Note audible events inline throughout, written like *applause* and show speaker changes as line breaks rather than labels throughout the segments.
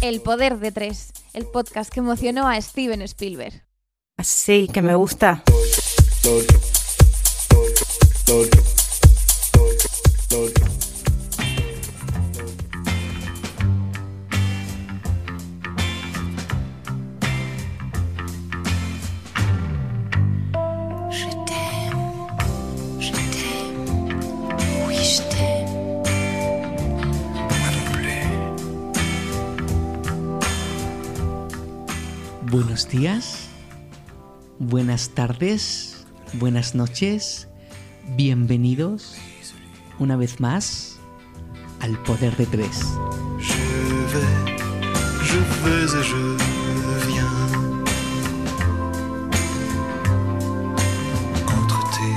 El poder de tres, el podcast que emocionó a Steven Spielberg.
Sí, que me gusta.
Buenos días, buenas tardes, buenas noches, bienvenidos una vez más al Poder de Tres.
Je vais, je vais et je viens entre tes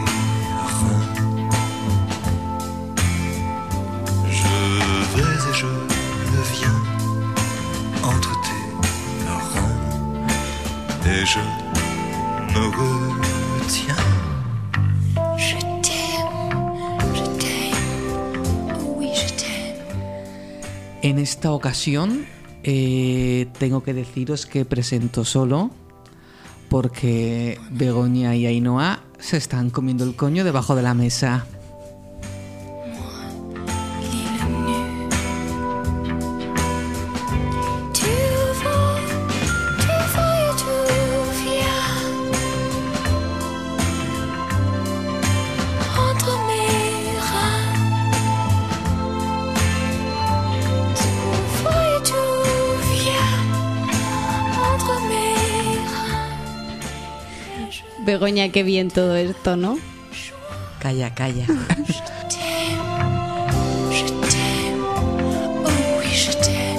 reins. Je vais et je viens entre tes reins et je me retiens.
Je t'aime, je t'aime, oui je t'aime.
En esta ocasión eh, tengo que deciros que presento solo porque Begoña y Ainhoa se están comiendo el coño debajo de la mesa.
Il est venu. Tu vas, tu vas et tu viens. Entre mes reins. Tu vas et tu viens. Entre mes reins.
Begoña, qué bien todo esto, ¿no?
Calla, calla.
t'aime, je t'aime, oh oui je t'aime,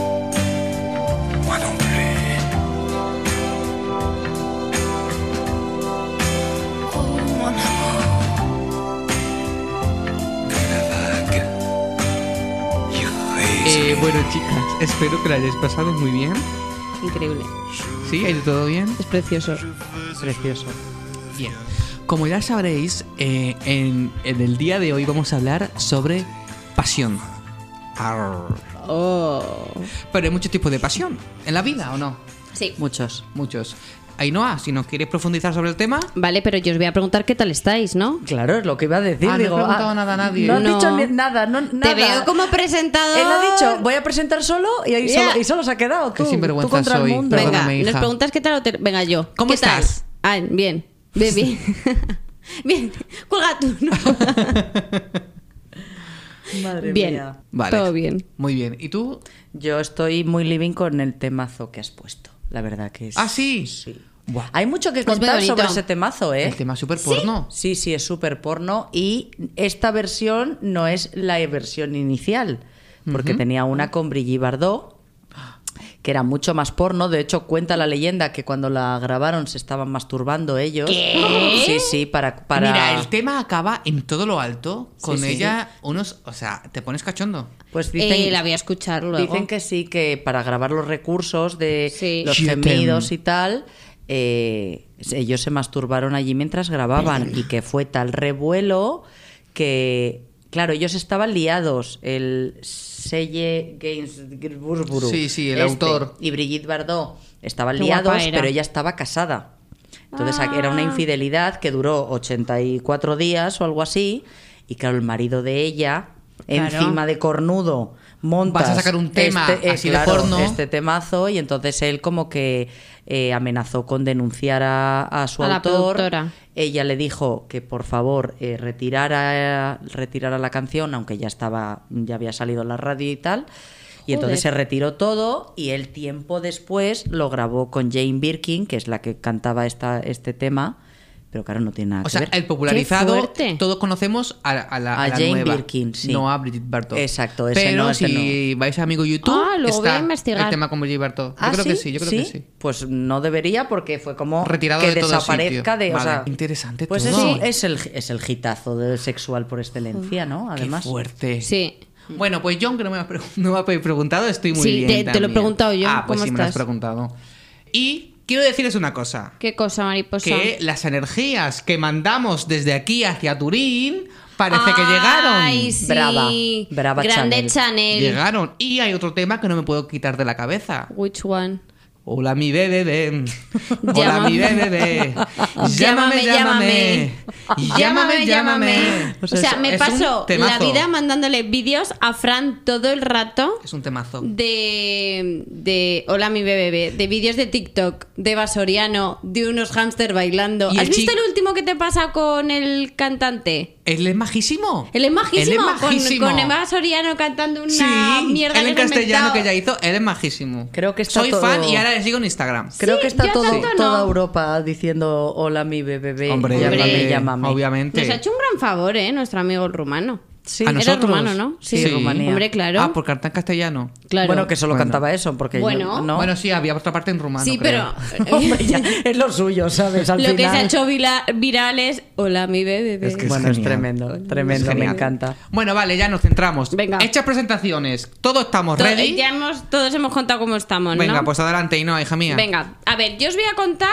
Moi non plus,
oh mon amour,
la vague irise.
Eh, bueno chicas, espero que la hayáis pasado muy bien.
Increíble.
¿Sí? ¿Ha ido todo bien?
Es precioso.
Precioso.
Bien. Como ya sabréis, eh, en, en el día de hoy vamos a hablar sobre pasión.
Oh.
Pero hay muchos tipos de pasión en la vida, ¿o no?
Sí.
Muchos.
Muchos. Ainhoa, si nos quieres profundizar sobre el tema.
Vale, pero yo os voy a preguntar qué tal estáis, ¿no?
Claro, es lo que iba a decir.
Ah, no he
digo,
preguntado nada a nadie.
¿eh?
No has
No.
dicho ni- nada, no, nada.
Te veo como presentador.
Él ha dicho, voy a presentar solo y, ahí
Yeah.
solo, y solo se ha quedado
Qué
tú.
sinvergüenza
tú contra
soy,
el mundo.
Venga,
Perdóname, hija.
nos preguntas qué tal o te- Venga, yo.
¿Cómo
¿Qué
estás?
Tal? Ah, bien. Bien, bien. *laughs* bien. Cuelga tú.
*laughs*
¿no?
Madre
*laughs* bien.
mía.
*laughs* Vale.
Todo bien.
Muy bien. ¿Y tú?
Yo estoy muy living con el temazo que has puesto. La verdad que es.
Ah, sí.
Sí.
Buah.
Hay mucho que
Es muy
Pues
contar
bonito.
sobre ese temazo, ¿eh?
El tema super porno.
Sí, sí, es súper porno. Y esta versión no es la versión inicial, porque tenía una con Brigitte Bardot, que era mucho más porno. De hecho, cuenta la leyenda que cuando la grabaron se estaban masturbando ellos.
¿Qué?
Sí, sí, para. para...
Mira, el tema acaba en todo lo alto con
Sí, sí.
ella unos, o sea, te pones cachondo.
Pues
Eh,
dicen,
la voy a escuchar luego.
dicen que sí, que para grabar los recursos de
Sí.
los
Shootem.
gemidos y tal. eh, ellos se masturbaron allí mientras grababan y que fue tal revuelo que, claro, ellos estaban liados. El Selle Gainsborough.
Sí, sí, el autor.
este, Y Brigitte Bardot estaban
Qué guapa
liados,
era.
pero ella estaba casada. Entonces
Ah.
era una infidelidad que duró 84 días o algo así. Y claro, el marido de ella,
Claro.
encima de cornudo, montas
Vas a sacar un tema así de porno.
este temazo y entonces él como que eh, amenazó con denunciar a, a su
A la
autor.
productora.
Ella le dijo que por favor eh, retirara, retirara la canción, aunque ya estaba, ya había salido en la radio y tal. Y entonces se
Joder.
retiró todo y el tiempo después lo grabó con Jane Birkin, que es la que cantaba esta, este tema, pero claro, no tiene nada
O
que
sea,
ver.
el popularizado,
fuerte.
todos conocemos a, a la,
A
la
Jane
nueva,
Birkin, sí.
no a Bridget Barto.
Exacto, ese
Pero
no, ese
si vais a amigo YouTube,
Ah, lo voy a
está
investigar.
el tema con Bridget Barto. Yo
¿Ah,
creo que sí, yo creo que sí.
Pues no debería porque fue como
Retirado
que
de todo
desaparezca
sitio.
de, o
Vale.
sea,
Interesante
Pues
todo.
es,
Sí.
es el es el hitazo de sexual por excelencia, ¿no? Además.
Qué fuerte.
Sí.
Bueno, pues John, que no me has, pre- *laughs* no me habéis preguntado, estoy muy
Sí,
bien.
te- te lo he
también.
preguntado, John,
Ah, pues
¿cómo
sí, me lo has
estás?
preguntado. Y quiero decirles una cosa:
¿Qué cosa, mariposa?
que las energías que mandamos desde aquí hacia Turín Parece que llegaron.
Ay, sí.
Brava, brava
Grande
Chanel.
Chanel.
Llegaron. Y hay otro tema que no me puedo quitar de la cabeza.
Which one?
Hola mi
*laughs*
bebé. Hola
Llámame.
mi
*laughs*
bebé.
Llámame,
Llámame, llámame. *laughs* Llámame, llámame.
O sea, me
es un
paso la
temazo.
vida mandándole vídeos a Fran todo el rato
Es un temazo.
de, de Hola mi bebé, de vídeos de TikTok, de Vasoriano, de unos hámster bailando.
Y
¿Has
el
visto
chico-
el último que te pasa con el cantante?
Él es majísimo.
Él es majísimo,
Él es majísimo.
Con, con Eva Soriano cantando una
Sí,
mierda
él
que
en
se ha inventado.
castellano que ya hizo, él es majísimo.
Creo que está
Soy
todo-
fan y ahora le sigo en Instagram.
Creo
Sí,
que está
yo
todo,
tanto no.
toda Europa diciendo hola mi bebé,
Hombre,
llámame,
hombre,
llámame.
Obviamente.
Nos ha hecho un gran favor, ¿eh? Nuestro amigo el rumano.
Sí.
¿A
Era
nosotros?
rumano, ¿no?
Sí, Rumanía.
Hombre, claro.
Ah, por cantar en castellano.
claro.
Bueno, que solo
Bueno.
cantaba eso, porque
Bueno.
yo- no.
Bueno, sí, había otra parte en rumano.
sí,
creo.
pero *laughs*
*laughs* Hombre, ya,
*laughs*
es lo suyo, ¿sabes? Al
lo que se ha
final-
hecho vila- viral es hola mi bebé.
Es que
bueno, es
genial.
tremendo, tremendo, me
Genial.
encanta.
Bueno, vale, ya nos centramos.
Venga.
Hechas presentaciones. Todos estamos
To-
ready.
ya hemos, todos hemos contado cómo estamos, ¿no?
Venga, pues adelante, Inoa, hija mía.
Venga, a ver, yo os voy a contar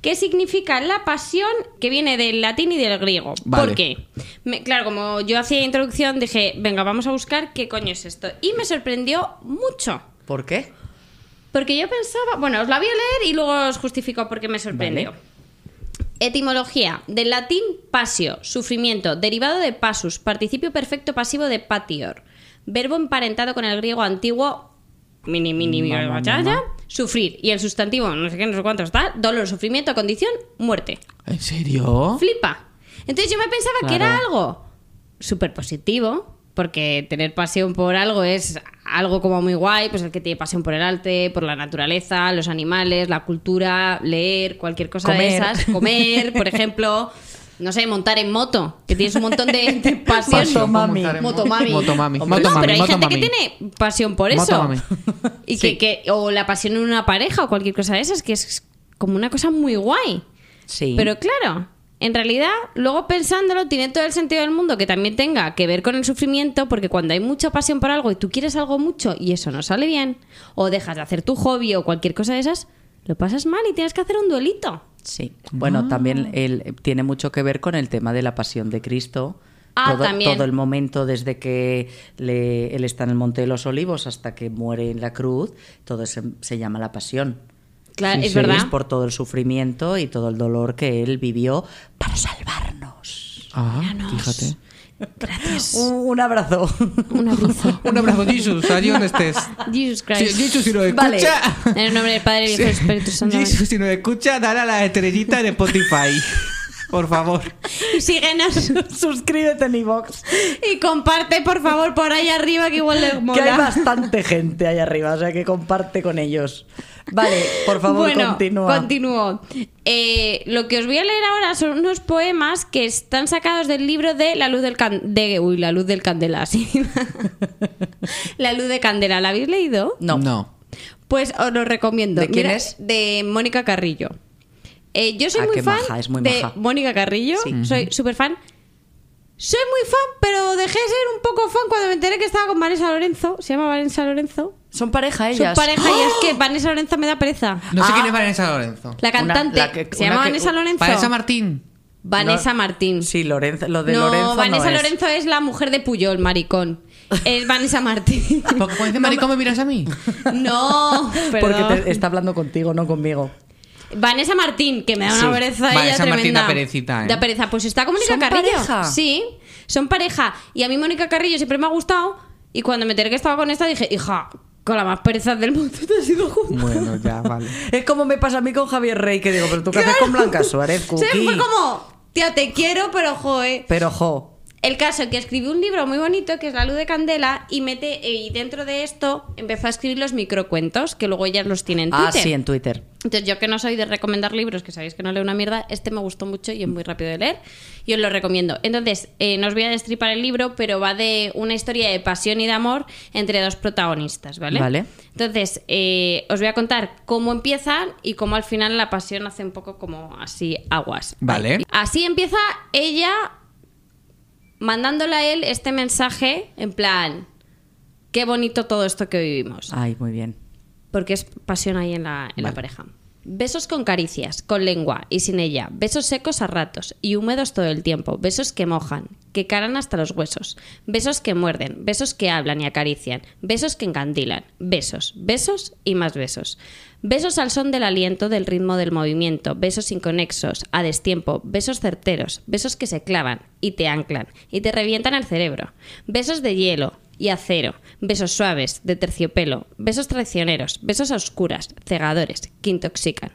qué significa la pasión que viene del latín y del griego.
Vale.
¿Por qué? Me- claro, como yo hacía introducción, dije, venga, vamos a buscar qué coño es esto. Y me sorprendió mucho.
¿Por qué?
Porque yo pensaba, bueno, os la voy a leer y luego os justifico por qué me sorprendió. Etimología del latín pasio, sufrimiento, derivado de pasus, participio perfecto pasivo de patior, verbo emparentado con el griego antiguo mini mini mini, ya, ya, sufrir y el sustantivo no sé qué no sé cuánto está, dolor, sufrimiento, condición, muerte.
¿En serio?
Flipa. Entonces yo me pensaba que era algo súper positivo, porque tener pasión por algo es algo como muy guay, pues el que tiene pasión por el arte, por la naturaleza, los animales, la cultura, leer, cualquier cosa de
Comer.
esas,
*laughs*
comer, por ejemplo, no sé, montar en moto, que tienes un montón de,
*laughs*
de pasión.
Pasión por Motomami. montar en moto.
Motomami.
Motomami.
Hombre, no,
Motomami,
pero hay gente que
motomami.
tiene pasión por eso.
Motomami.
*laughs* Y que, que- o la pasión en una pareja o cualquier cosa de esas, que es como una cosa muy guay.
Sí.
Pero claro, en realidad, luego pensándolo, tiene todo el sentido del mundo que también tenga que ver con el sufrimiento, porque cuando hay mucha pasión por algo y tú quieres algo mucho y eso no sale bien, o dejas de hacer tu hobby o cualquier cosa de esas, lo pasas mal y tienes que hacer un duelito.
Sí. Bueno,
Ah.
también el- tiene mucho que ver con el tema de la pasión de Cristo.
Ah,
todo,
también.
todo el momento desde que le- él está en el Monte de los Olivos hasta que muere en la cruz, todo se, se llama la pasión.
Claro,
Sí,
Ah, es
sí,
verdad.
Es por todo el sufrimiento y todo el dolor que él vivió para salvarnos.
Ah, fíjate.
*laughs*
Un, un abrazo. *laughs*
Un
*laughs*
abrazo.
Un abrazo, Jesus. Allí donde estés.
Jesus
Si,
Christ.
Jesus, si nos
Vale.
escucha.
En el nombre del Padre y del Espíritu Santo. amén.
Jesus, si nos escucha, dale a la estrellita de Spotify. Por favor.
Y Síguenos,
Suscríbete en iVox.
y comparte, por favor, por ahí arriba que igual les
Que hay
mola.
bastante gente ahí arriba, o sea que comparte con ellos. Vale, por favor,
bueno,
continúa.
continúo. Eh, lo que os voy a leer ahora son unos poemas que están sacados del libro de La Luz del Can de, Uy, La Luz del Candela,
*laughs*
sí. la Luz de Candela, ¿la habéis leído?
No.
No.
Pues os lo recomiendo.
¿De quién
Mira,
es?
De Mónica Carrillo. Eh, yo soy
Ah,
muy
qué
fan
maja, es muy
de
maja.
Mónica Carrillo.
Sí.
Soy súper fan. Soy muy fan, pero dejé de ser un poco fan cuando me enteré que estaba con Vanessa Lorenzo. Se llama Vanessa Lorenzo.
Son pareja
Su
ellas.
pareja y es que Vanessa Lorenzo me da pereza.
No sé
Ah.
quién es Vanessa Lorenzo.
La cantante.
la que-
¿Se
una
llama
que-
Vanessa Lorenzo?
Vanessa Martín.
Vanessa
No.
Martín.
Sí, Lorenzo, lo de
no,
Lorenzo
Vanessa
no es.
Lorenzo es la mujer de Puyol, maricón.
*laughs*
Es Vanessa Martín.
Porque cuando dice maricón me miras a mí.
*laughs* Oh,
No, perdón.
Porque te- está hablando contigo, no conmigo.
Vanessa Martín, que me da
Sí.
una pereza ella
Vanessa Martín
tremenda.
da perecita, ¿eh?
Da pereza. Pues está con Mónica
¿Son
Carrillo.
pareja?
Sí, son pareja. Y a mí Mónica Carrillo siempre me ha gustado. Y cuando me enteré que estaba con esta dije, hija, con la más pereza del mundo te has ido junto.
Bueno, ya, vale.
Es como me pasa a mí con Javier Rey, que digo, pero tú qué haces con
*laughs*
Blanca Suárez,
O sea,
Cookie.
fue como, tía, te quiero, pero joe.
Pero jo,
El caso que escribió un libro muy bonito que es La luz de candela y mete y dentro de esto empezó a escribir los microcuentos que luego ellas los tienen en
ah,
Twitter.
sí, en Twitter.
Entonces yo que no soy de recomendar libros, que sabéis que no leo una mierda, este me gustó mucho y es muy rápido de leer y os lo recomiendo. Entonces, eh, no os voy a destripar el libro, pero va de una historia de pasión y de amor entre dos protagonistas, ¿vale?
Vale.
Entonces, eh, os voy a contar cómo empiezan y cómo al final la pasión hace un poco como así aguas.
Vale.
Así empieza ella mandándole a él este mensaje en plan, qué bonito todo esto que vivimos.
Ay, muy bien.
Porque es pasión ahí en la, en la pareja. Besos con caricias, con lengua y sin ella. Besos secos a ratos y húmedos todo el tiempo. Besos que mojan, que caran hasta los huesos. Besos que muerden, besos que hablan y acarician. Besos que encandilan. Besos, besos y más besos. Besos al son del aliento, del ritmo del movimiento. Besos inconexos, a destiempo. Besos certeros, besos que se clavan y te anclan y te revientan el cerebro. Besos de hielo, y acero, besos suaves, de terciopelo, besos traicioneros, besos a oscuras, cegadores, que intoxican.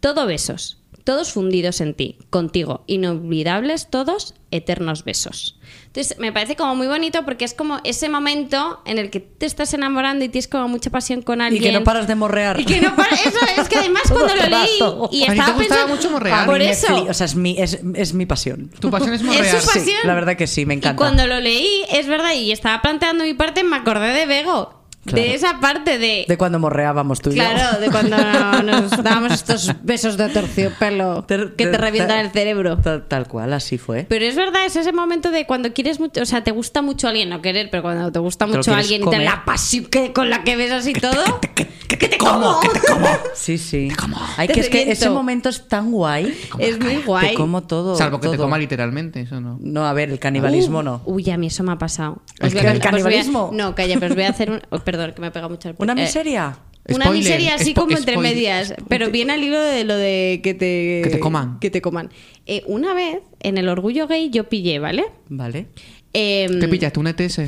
Todo besos, todos fundidos en ti, contigo, inolvidables todos, eternos besos. Entonces, me parece como muy bonito porque es como ese momento en el que te estás enamorando y tienes como mucha pasión con
Y
alguien.
que no paras de morrear.
Y que no para- Eso es que además
*laughs* Todo
cuando lo
el
leí
rato.
y
A ti te
estaba
gustaba
pensando.
mucho morrear.
Por
A mí me
eso.
fli- o sea, es mi, es, es mi pasión.
Tu pasión es morrear.
Es su pasión.
Sí, la verdad que sí, me encanta.
Y cuando lo leí, es verdad, y estaba planteando mi parte, me acordé de Bego.
Claro.
De esa parte de.
De cuando morreábamos tú y yo.
Claro, de cuando nos dábamos estos besos de
*laughs*
terciopelo
Ter-
que te
ter-
revientan
ter-
el cerebro.
Tal, tal cual, así fue.
Pero es verdad, es ese momento de cuando quieres mucho, o sea, te gusta mucho alguien, no querer, pero cuando te gusta
Te lo
mucho
quieres
alguien y
comer.
te la pasión que- con la que ves así todo.
que te como, que te como. Sí, sí. Ay,
Te
que es que
reviento.
ese momento es tan guay.
Es muy guay.
Te como todo.
Salvo que te
todo.
coma literalmente, eso no.
No, a ver, el canibalismo
Uh,
no.
Uy, a mí eso me ha pasado.
¿El
Os voy a
qué?
contar-
¿El
os voy a-
canibalismo?
no, calla, pero os voy a hacer un. oh, perdón, que me he pegado mucho al
¿Una
eh,
miseria?
Una
Spoiler,
miseria así
spo-
como entre
spoiler.
medias, pero bien al hilo de lo de que te...
Que te coman.
Que te coman. Eh, una vez, en el orgullo gay, yo pillé, ¿vale?
Vale.
Em,
¿Te pillaste un E ETS?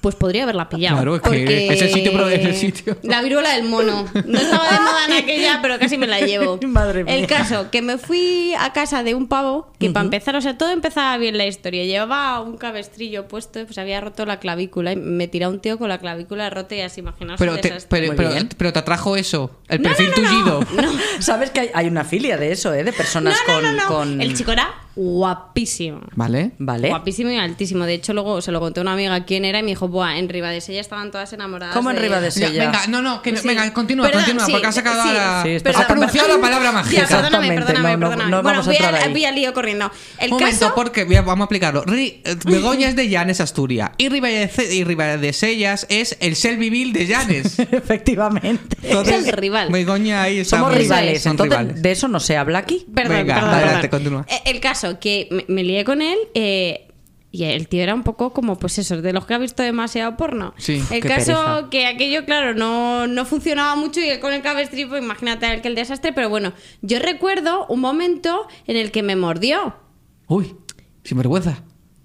Pues podría haberla pillado.
Claro, es que
porque
es el sitio, pero es el sitio.
*laughs* La viruela del mono. No estaba de moda en aquella, pero casi me la
*laughs*
llevo.
Madre mía.
El caso, que me fui a casa de un pavo que para empezar, o sea, todo empezaba bien la historia. Llevaba un cabestrillo puesto, pues había roto la clavícula y me tiró un tío con la clavícula rota y así, imaginaos.
Pero
un
te,
desastre.
pero,
Muy
pero-
bien.
pero te atrajo eso, el perfil tullido.
*laughs*
*laughs* Sabes que hay, hay una filia de eso, ¿eh? De
No,
personas
no,
con,
no, no.
con-
El chico era guapísimo.
Vale.
Vale.
Guapísimo y altísimo. De hecho, luego se lo conté a una amiga quién era y me dijo, buah, en Ribadesella estaban todas enamoradas.
¿Cómo en
de-
Ribadesella?
Ya,
Sí, ya.
venga, no, no, que no-
Pues Sí.
venga, continúa,
Perdón,
continúa,
sí,
porque has acabado
sí.
la.
Sí,
está-
has pronunciado la palabra
Ya,
mágica.
perdóname,
Exactamente,
perdóname,
no, no,
perdóname.
no
bueno,
vamos a
voy,
entrar
al,
ahí.
voy al lío corriendo. El
Un momento,
caso...
porque voy a- vamos a aplicarlo. Ri- eh, Begoña es de Llanes, Asturias. Y Ribadece- y Ribadesellas es el Selbyville de
*laughs*
Llanes.
*laughs* Efectivamente.
Es el rival.
Begoña ahí está.
Somos
muy-
rivales,
son
entonces
rivales.
de eso no se habla aquí.
Perdón,
Venga,
perdón,
adelante,
perdón.
continúa.
Eh, El caso, que me, me lié con él eh, y el tío era un poco como, pues eso, de los que ha visto demasiado porno.
Sí,
el
qué
caso
pereza.
que aquello, claro, no, no funcionaba mucho y él con el cabestrillo, pues imagínate el que el desastre. Pero bueno, yo recuerdo un momento en el que me mordió.
Uy, sin vergüenza. *laughs*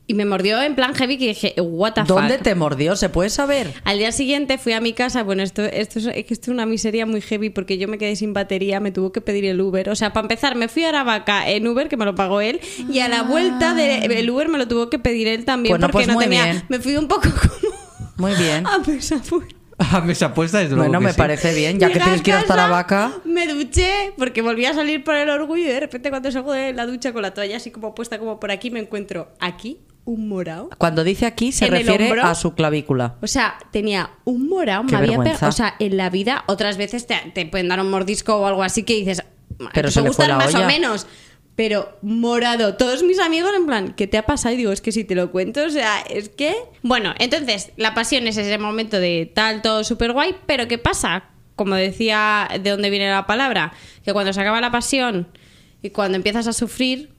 Y me mordió en plan heavy que dije, what the fuck.
¿Dónde te mordió? ¿Se puede saber?
Al día siguiente fui a mi casa, bueno, esto, esto, es, es que esto es una miseria muy heavy porque yo me quedé sin batería, me tuvo que pedir el Uber. O sea, para empezar, me fui a Aravaca en Uber, que me lo pagó él, y a la vuelta del Uber me lo tuvo que pedir él también
Ah. Bueno,
porque
pues
no
muy
tenía...
bien.
Me fui un poco *laughs* como...
Muy bien.
A pesar
A mesa puesta, desde luego.
Bueno,
que
me
sí.
parece bien, ya que
Llegué a
tienes que ir hasta
casa,
la vaca.
Me duché porque volví a salir por el orgullo y de repente cuando salgo de la ducha con la toalla así como puesta como por aquí, me encuentro aquí un morado.
Cuando dice aquí se
¿En el
refiere
hombro?
a su clavícula.
O sea, tenía un morado,
Qué
me había
vergüenza.
pegado. O sea, en la vida, otras veces te, te pueden dar un mordisco o algo así que dices,
Pero
te
se le
gustan
fue la
más
olla.
o menos. Pero morado, todos mis amigos en plan, ¿qué te ha pasado? Y digo, es que si te lo cuento, o sea, es que... Bueno, entonces, la pasión es ese momento de tal, todo súper guay, pero ¿qué pasa? Como decía, ¿de dónde viene la palabra? Que cuando se acaba la pasión y cuando empiezas a sufrir,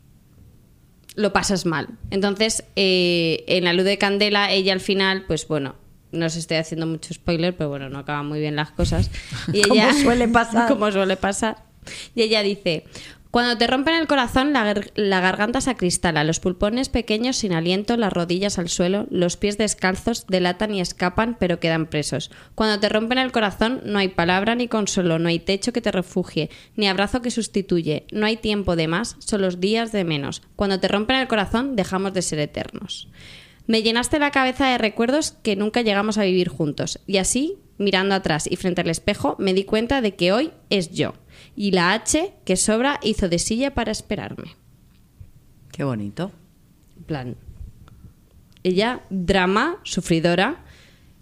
lo pasas mal. Entonces, eh, en la luz de candela, ella al final, pues bueno, no os estoy haciendo mucho spoiler, pero bueno, no acaban muy bien las
*laughs*
cosas. Y
Como
ella,
suele
*laughs*
pasar.
Como suele pasar. Y ella dice, cuando te rompen el corazón, la, gar- la garganta se acristala, los pulpones pequeños sin aliento, las rodillas al suelo, los pies descalzos delatan y escapan, pero quedan presos. Cuando te rompen el corazón, no hay palabra ni consuelo, no hay techo que te refugie, ni abrazo que sustituye, no hay tiempo de más, son los días de menos. Cuando te rompen el corazón, dejamos de ser eternos. Me llenaste la cabeza de recuerdos que nunca llegamos a vivir juntos. Y así, mirando atrás y frente al espejo, me di cuenta de que hoy es yo. Y la H que sobra hizo de silla para esperarme.
Qué bonito.
En plan. Ella, drama, sufridora.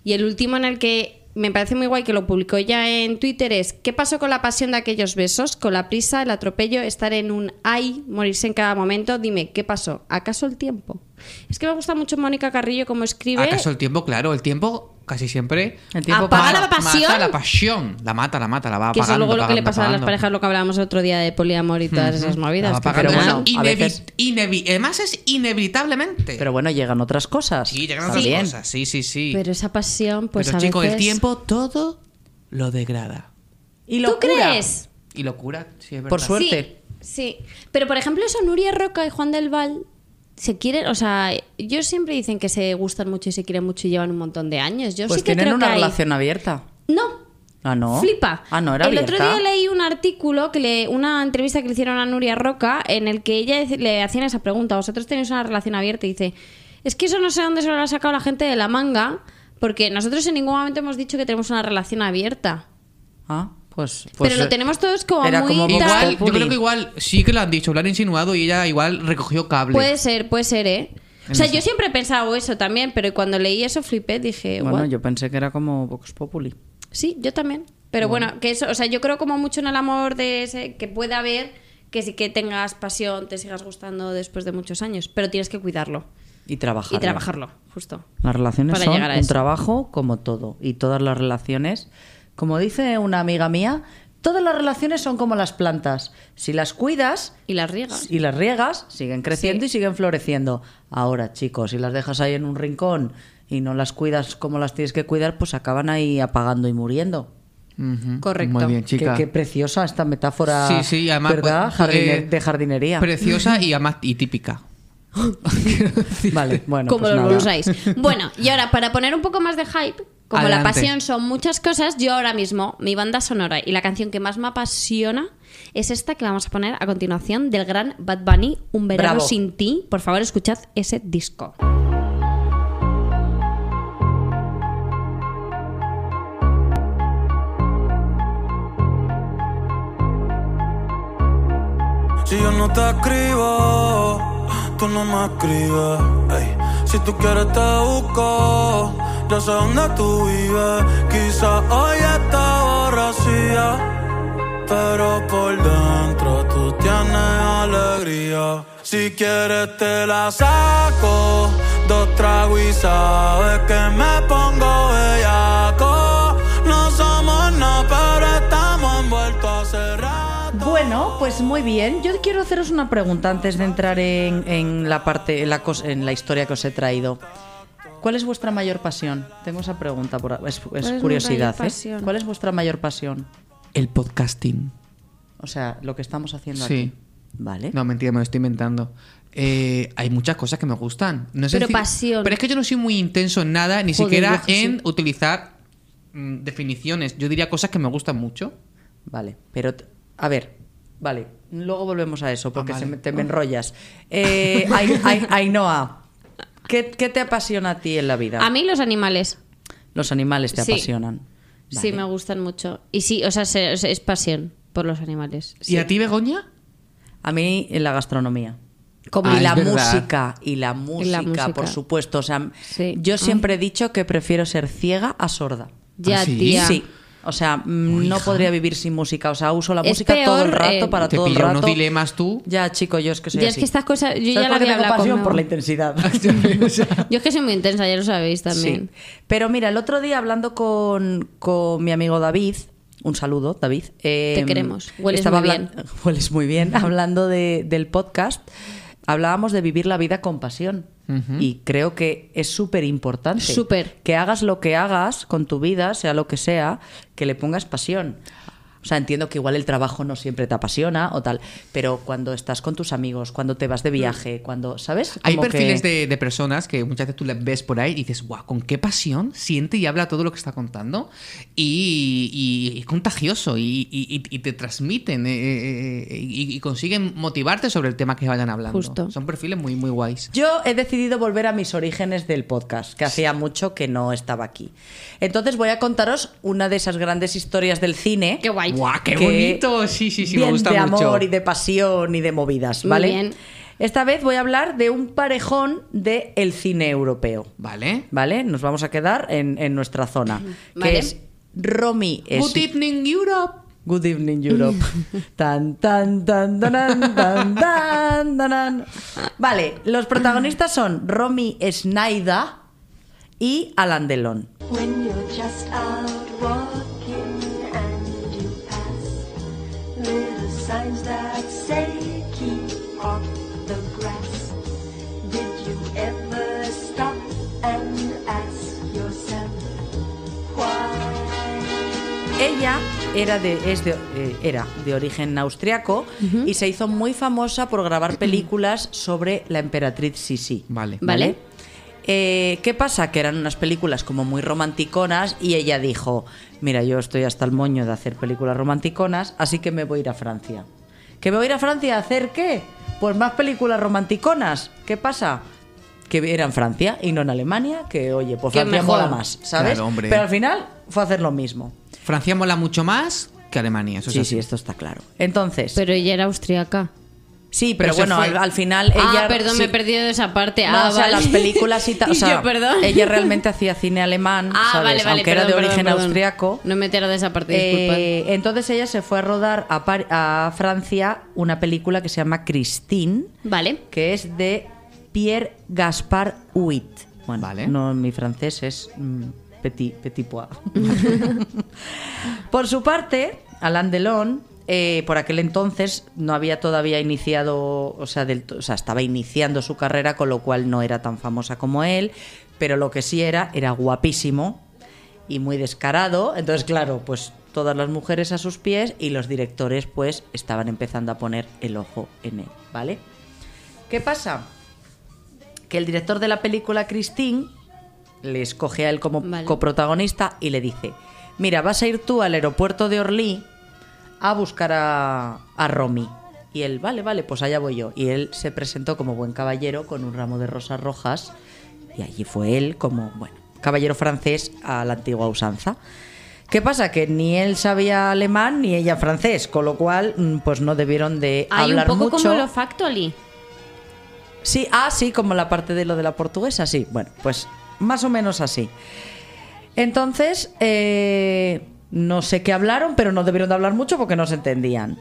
Y el último en el que me parece muy guay que lo publicó ya en Twitter es ¿Qué pasó con la pasión de aquellos besos? Con la prisa, el atropello, estar en un ay, morirse en cada momento. Dime, ¿qué pasó? ¿Acaso el tiempo? Es que me gusta mucho Mónica Carrillo como escribe.
¿Acaso el tiempo? Claro, el tiempo casi siempre.
El tiempo
Apaga
Mata-
la pasión.
Mata la pasión. La mata, la mata, la va
Que eso es
apagando,
luego lo que le
apagando,
pasa a las
apagando.
parejas, lo que hablábamos el otro día de poliamor y todas esas
La va
movidas. que al
apagando.
pero
final-
bueno,
Eso
a
inevi-
veces-
inevi- además es inevitablemente.
Pero bueno, llegan otras cosas.
sí, llegan
también.
otras cosas. Sí, sí, sí.
Pero esa pasión, pues
Pero
a
chico,
veces...
el tiempo todo lo degrada.
Y
¿Tú
locura.
crees?
Y locura, sí, es verdad.
Por suerte.
Sí, sí. Pero por ejemplo, eso Nuria Roca y Juan del Val se quieren, o sea, ellos siempre dicen que se gustan mucho y se quieren mucho y llevan un montón de años. Yo
Pues
sí que
tienen
creo
una
que hay-
relación abierta.
No.
Ah, no.
Flipa.
Ah, no, era
el
abierta.
otro día leí un artículo, que le, una entrevista que le hicieron a Nuria Roca, en el que ella dec- le hacían esa pregunta, vosotros tenéis una relación abierta, y dice, es que eso no sé dónde se lo ha sacado la gente de la manga, porque nosotros en ningún momento hemos dicho que tenemos una relación abierta.
Ah, pues, pues,
Pero lo
eh,
tenemos todos como
era
muy
como
tal.
Vox
Igual, yo
Populi.
creo que igual sí que lo han dicho, lo han insinuado y ella igual recogió cable.
Puede ser, puede ser, ¿eh? O
En
sea,
esa.
yo siempre he pensado eso también, pero cuando leí eso flipé, dije,
Bueno,
"What?".
yo pensé que era como Vox Populi.
Sí, yo también. Pero bueno. que eso, o sea, yo creo como mucho en el amor de ese que pueda haber que sí que tengas pasión, te sigas gustando después de muchos años, pero tienes que cuidarlo
Y trabajar.
y trabajarlo, justo.
Las relaciones
Para
son
llegar a
un
eso.
trabajo como todo. Y todas las relaciones, como dice una amiga mía, todas las relaciones son como las plantas. Si las cuidas
Y las riegas.
y las riegas, siguen creciendo
Sí.
y siguen floreciendo. Ahora, chicos, si las dejas ahí en un rincón y no las cuidas como las tienes que cuidar, pues acaban ahí apagando y muriendo.
Ujú.
Correcto.
Muy bien,
Qué,
chica.
qué preciosa esta metáfora
Sí, sí, y además,
¿verdad?
pues,
Jardine-
eh,
de jardinería.
Preciosa y además y *laughs* típica.
Vale, bueno.
como
pues
los
nada.
usáis.
*laughs*
Bueno, y ahora, para poner un poco más de hype, como la
Adelante.
pasión son muchas cosas, yo ahora mismo, mi banda sonora y la canción que más me apasiona es esta que vamos a poner a continuación del gran Bad Bunny, Un verano
Bravo.
sin ti. Por favor, escuchad ese disco.
Si yo no te escribo, tú no me escribes. ey. Si tú quieres te busco, ya sé dónde tú vives. Quizá hoy está borracía, pero por dentro tú tienes alegría. Si quieres te la saco, dos tragos y sabes que me pongo bellaco. No somos nada, pero estamos envueltos hace rato.
Bueno, pues muy bien. Yo quiero haceros una pregunta antes de entrar en, en la parte, en la, cos- en la historia que os he traído. ¿Cuál es vuestra mayor pasión? Tengo esa pregunta por es, es
mayor
curiosidad. ¿eh?
pasión?
¿Cuál es vuestra mayor pasión?
El podcasting.
O sea, lo que estamos haciendo
Sí.
aquí.
¿Eh?
Vale.
No, mentira, me lo estoy inventando. Eh, hay muchas cosas que me gustan. No sé
Pero
si-
pasión.
Pero es que yo no soy muy intenso en nada, ni
Joder,
siquiera
yo que
en utilizar mm, definiciones. Yo diría cosas que me gustan mucho.
Vale. Pero, t- a ver, vale. Luego volvemos a eso porque
Ah,
se
vale.
me- te me enrollas. Eh, Ai- Ai- Ainhoa, ¿qué, qué te apasiona a ti en la vida?
A mí los animales
Los animales te
Sí.
apasionan.
sí
Vale.
me gustan mucho. Y sí, o sea, se- es, es pasión por los animales.
¿Y a ti,
*laughs*
Begoña?
A mí en la gastronomía.
Como
Ah,
y
es
la
verdad.
música, y la música,
música.
por supuesto. O sea,
Sí. Ah.
yo
Ay.
siempre he dicho que prefiero ser ciega a sorda.
Ya,
¿Ah, sí?
tía.
Sí. O sea,
Oh,
mm, no podría vivir sin música. O sea, uso la
Es
música todo el
peor,
rato
eh,
para
Te
todo el
pilla
rato.
unos dilemas tú.
Ya, chico, yo es que soy
Yo es
así.
que estas cosas- yo
¿Sabes
ya la
por qué
había
tengo
hablado
pasión
conmigo.
por la intensidad.
*laughs* Yo es que soy muy intensa, ya lo sabéis también.
Sí. Pero mira, el otro día hablando con, con mi amigo David, un saludo, David. eh,
Te queremos, hueles
estaba
muy
hablan- *laughs* Hueles muy bien. Hablando de- del podcast, hablábamos de vivir la vida con pasión. Y creo que es súper importante.
Súper.
Que hagas lo que hagas con tu vida, sea lo que sea, que le pongas pasión. O sea, entiendo que igual el trabajo no siempre te apasiona o tal, pero cuando estás con tus amigos, cuando te vas de viaje, cuando, ¿sabes?
*laughs* Hay
Como que-
perfiles de, de personas que muchas veces tú les ves por ahí y dices, guau, con qué pasión siente y habla todo lo que está contando. Y, y- y es contagioso y, y- y- y te transmiten eh, eh, eh, y, y consiguen motivarte sobre el tema que vayan hablando.
Justo.
Son perfiles muy, muy guays.
Yo he decidido volver a mis orígenes del podcast, que hacía mucho que no estaba aquí. Entonces voy a contaros una de esas grandes historias del cine.
Qué guay.
Guau, qué
que-
bonito. Sí, sí, sí, me
bien
gusta
de
mucho.
amor y de pasión y de movidas,
Muy
¿vale?
bien.
Esta vez voy a hablar de un parejón del el cine europeo,
Vale.
¿vale? Nos vamos a quedar en, en nuestra zona, que
Vale.
es Romy es
Good evening, Europe.
Good Evening Europe. Tan, tan, tan, tanan, tan, tan, tanan. Vale, los protagonistas son Romy Schneider y Alan Delon.
When you're just out walking and you pass little signs that say keep off the grass. Did you ever stop and ask yourself why?
Ella era de, es de, eh, era de origen austriaco y se hizo muy famosa por grabar películas sobre la emperatriz Sisi.
Vale.
Vale.
Eh, ¿Qué pasa? Que eran unas películas como muy romanticonas y ella dijo, mira, yo estoy hasta el moño de hacer películas romanticonas, así que me voy a ir a Francia. ¿Que me voy a ir a Francia a hacer qué? Pues más películas romanticonas. ¿Qué pasa? Que era en Francia y no en Alemania, que oye, pues
Que
Francia
mejor.
mola más, ¿sabes?
Claro, hombre.
Pero al final fue a hacer lo mismo.
Francia mola mucho más que Alemania, eso es
sí,
así.
sí, esto está claro. Entonces,
Pero ella era austriaca.
sí,
pero
pero,
se
bueno,
fue.
al, al final ella...
ah, perdón,
sí.
me he perdido de esa parte.
No,
ah,
o sea,
vale.
las
*laughs*
películas y tal. O
yo,
sea,
perdón.
ella realmente hacía cine alemán,
*laughs* Ah,
¿sabes?
vale, vale.
aunque era de
perdón,
origen
perdón, perdón.
austriaco.
No me entero de esa parte, disculpa.
Eh, entonces ella se fue a rodar a, Par- a Francia una película que se llama Christine,
vale.
que es de Pierre Gaspard Huit. Bueno,
Vale.
no mi francés es mm, petit, petit pois. por su parte, Alain Delon, eh, por aquel entonces no había todavía iniciado, o sea, del to- o sea, estaba iniciando su carrera, con lo cual no era tan famosa como él, pero lo que sí era, era guapísimo y muy descarado. Entonces, claro, pues todas las mujeres a sus pies y los directores pues estaban empezando a poner el ojo en él, ¿vale? ¿Qué pasa? Que el director de la película, Christine, le escoge a él como
Vale.
coprotagonista y le dice, mira, vas a ir tú al aeropuerto de Orly a buscar a, a Romy. Y él, vale, vale, pues allá voy yo. Y él se presentó como buen caballero con un ramo de rosas rojas. Y allí fue él como, bueno, caballero francés a la antigua usanza. ¿Qué pasa? Que ni él sabía alemán ni ella francés, con lo cual mm, pues no debieron de
Hay un
hablar
poco
mucho.
como lo Factually.
Sí, ah, sí, como la parte de lo de la portuguesa, sí. Bueno, pues más o menos así. Entonces, eh, no sé qué hablaron, pero no debieron de hablar mucho porque no se entendían.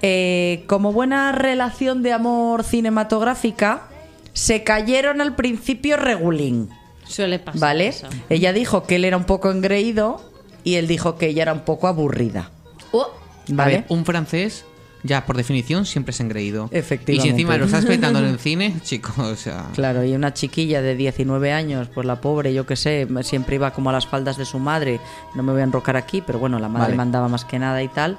Eh, como buena relación de amor cinematográfica, se cayeron al principio regulín.
Suele pasar.
¿Vale?
Ah, eso.
Ella dijo que él era un poco engreído y él dijo que ella era un poco aburrida.
Oh,
¿Vale?
A ver, un francés, ya por definición, siempre es engreído. Y si
Efectivamente.
encima lo estás
*laughs*
petando en el cine, chicos, o sea.
Claro, y una chiquilla de 19 años, pues la pobre, yo qué sé, siempre iba como a las faldas de su madre. No me voy a enrocar aquí, pero bueno, la madre
Vale.
mandaba más que nada y tal.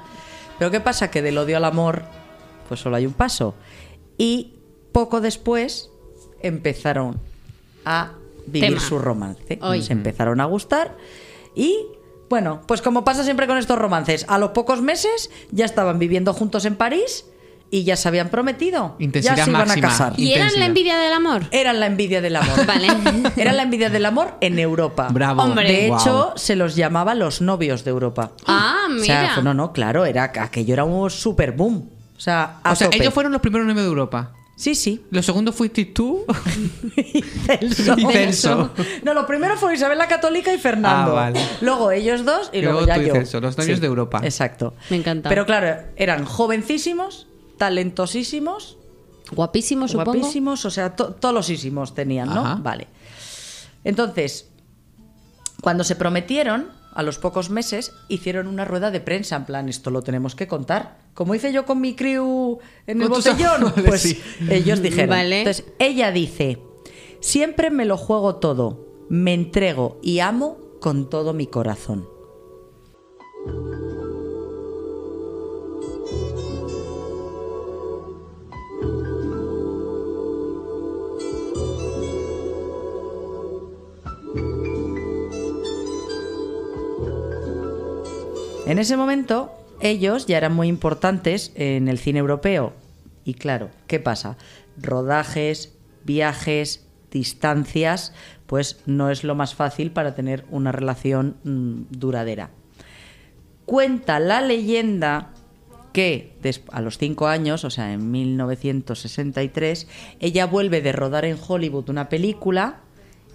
Pero ¿qué pasa? Que del odio al amor, pues solo hay un paso. Y poco después empezaron a vivir
Tema.
su romance.
Hoy.
Se empezaron a gustar y... Bueno, pues como pasa siempre con estos romances, a los pocos meses ya estaban viviendo juntos en París y ya se habían prometido.
Intensidad
ya se iban
máxima.
a casar.
¿Y eran la
Intensidad.
envidia del amor?
Eran la envidia del amor.
Vale.
Era la envidia del amor en Europa.
Bravo. Hombre.
De
Guau.
hecho, se los llamaba los novios de Europa.
Ah,
O sea,
mira.
fue- no, no, claro, era aquello era un super boom. O sea, a
O sea,
tope.
ellos fueron los primeros nueve de Europa. *laughs*
Sí, sí.
Los segundos fuiste tú. *laughs*
Celso.
Y Celso.
No, lo primero fue Isabel la Católica y Fernando.
Ah, vale.
Luego ellos dos y
Y
luego,
luego
ya
tú y
yo.
Celso, los novios de Europa.
Exacto.
Me encanta.
Pero claro, eran jovencísimos, talentosísimos,
Guapísimo, supongo.
guapísimos, o sea, to- todos los ísimos tenían, ¿no?
Ajá.
Vale. Entonces, cuando se prometieron, a los pocos meses, hicieron una rueda de prensa, en plan, esto lo tenemos que contar. Como hice yo con mi crew en el
Con tus
botellón,
amores,
pues
sí. *laughs*
ellos dijeron.
Vale.
Entonces, ella dice, siempre me lo juego todo, me entrego y amo con todo mi corazón. En ese momento, ellos ya eran muy importantes en el cine europeo. Y claro, ¿qué pasa? Rodajes, viajes, distancias, pues no es lo más fácil para tener una relación mm, duradera. Cuenta la leyenda que des- a los cinco años, o sea, en 1963, ella vuelve de rodar en Hollywood una película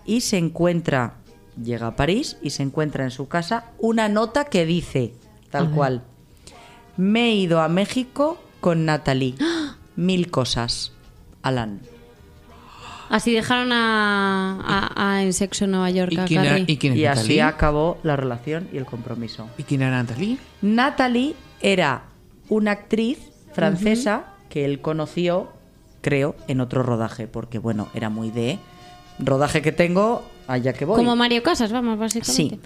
y se encuentra, llega a París y se encuentra en su casa una nota que dice, tal cual, me he ido a
*gasps*
México con Natalie, mil cosas, Alan.
Así dejaron a, a- a En Sexo en Nueva York
¿Y
a
quién, era,
Carrie.
¿Y quién es
Y así
Natalie?
acabó la relación y el compromiso.
¿Y quién era Natalie?
Natalie era una actriz francesa que él conoció, creo, en otro rodaje, porque bueno, era muy de rodaje que tengo, allá que voy.
Como Mario Casas, vamos, básicamente.
Sí.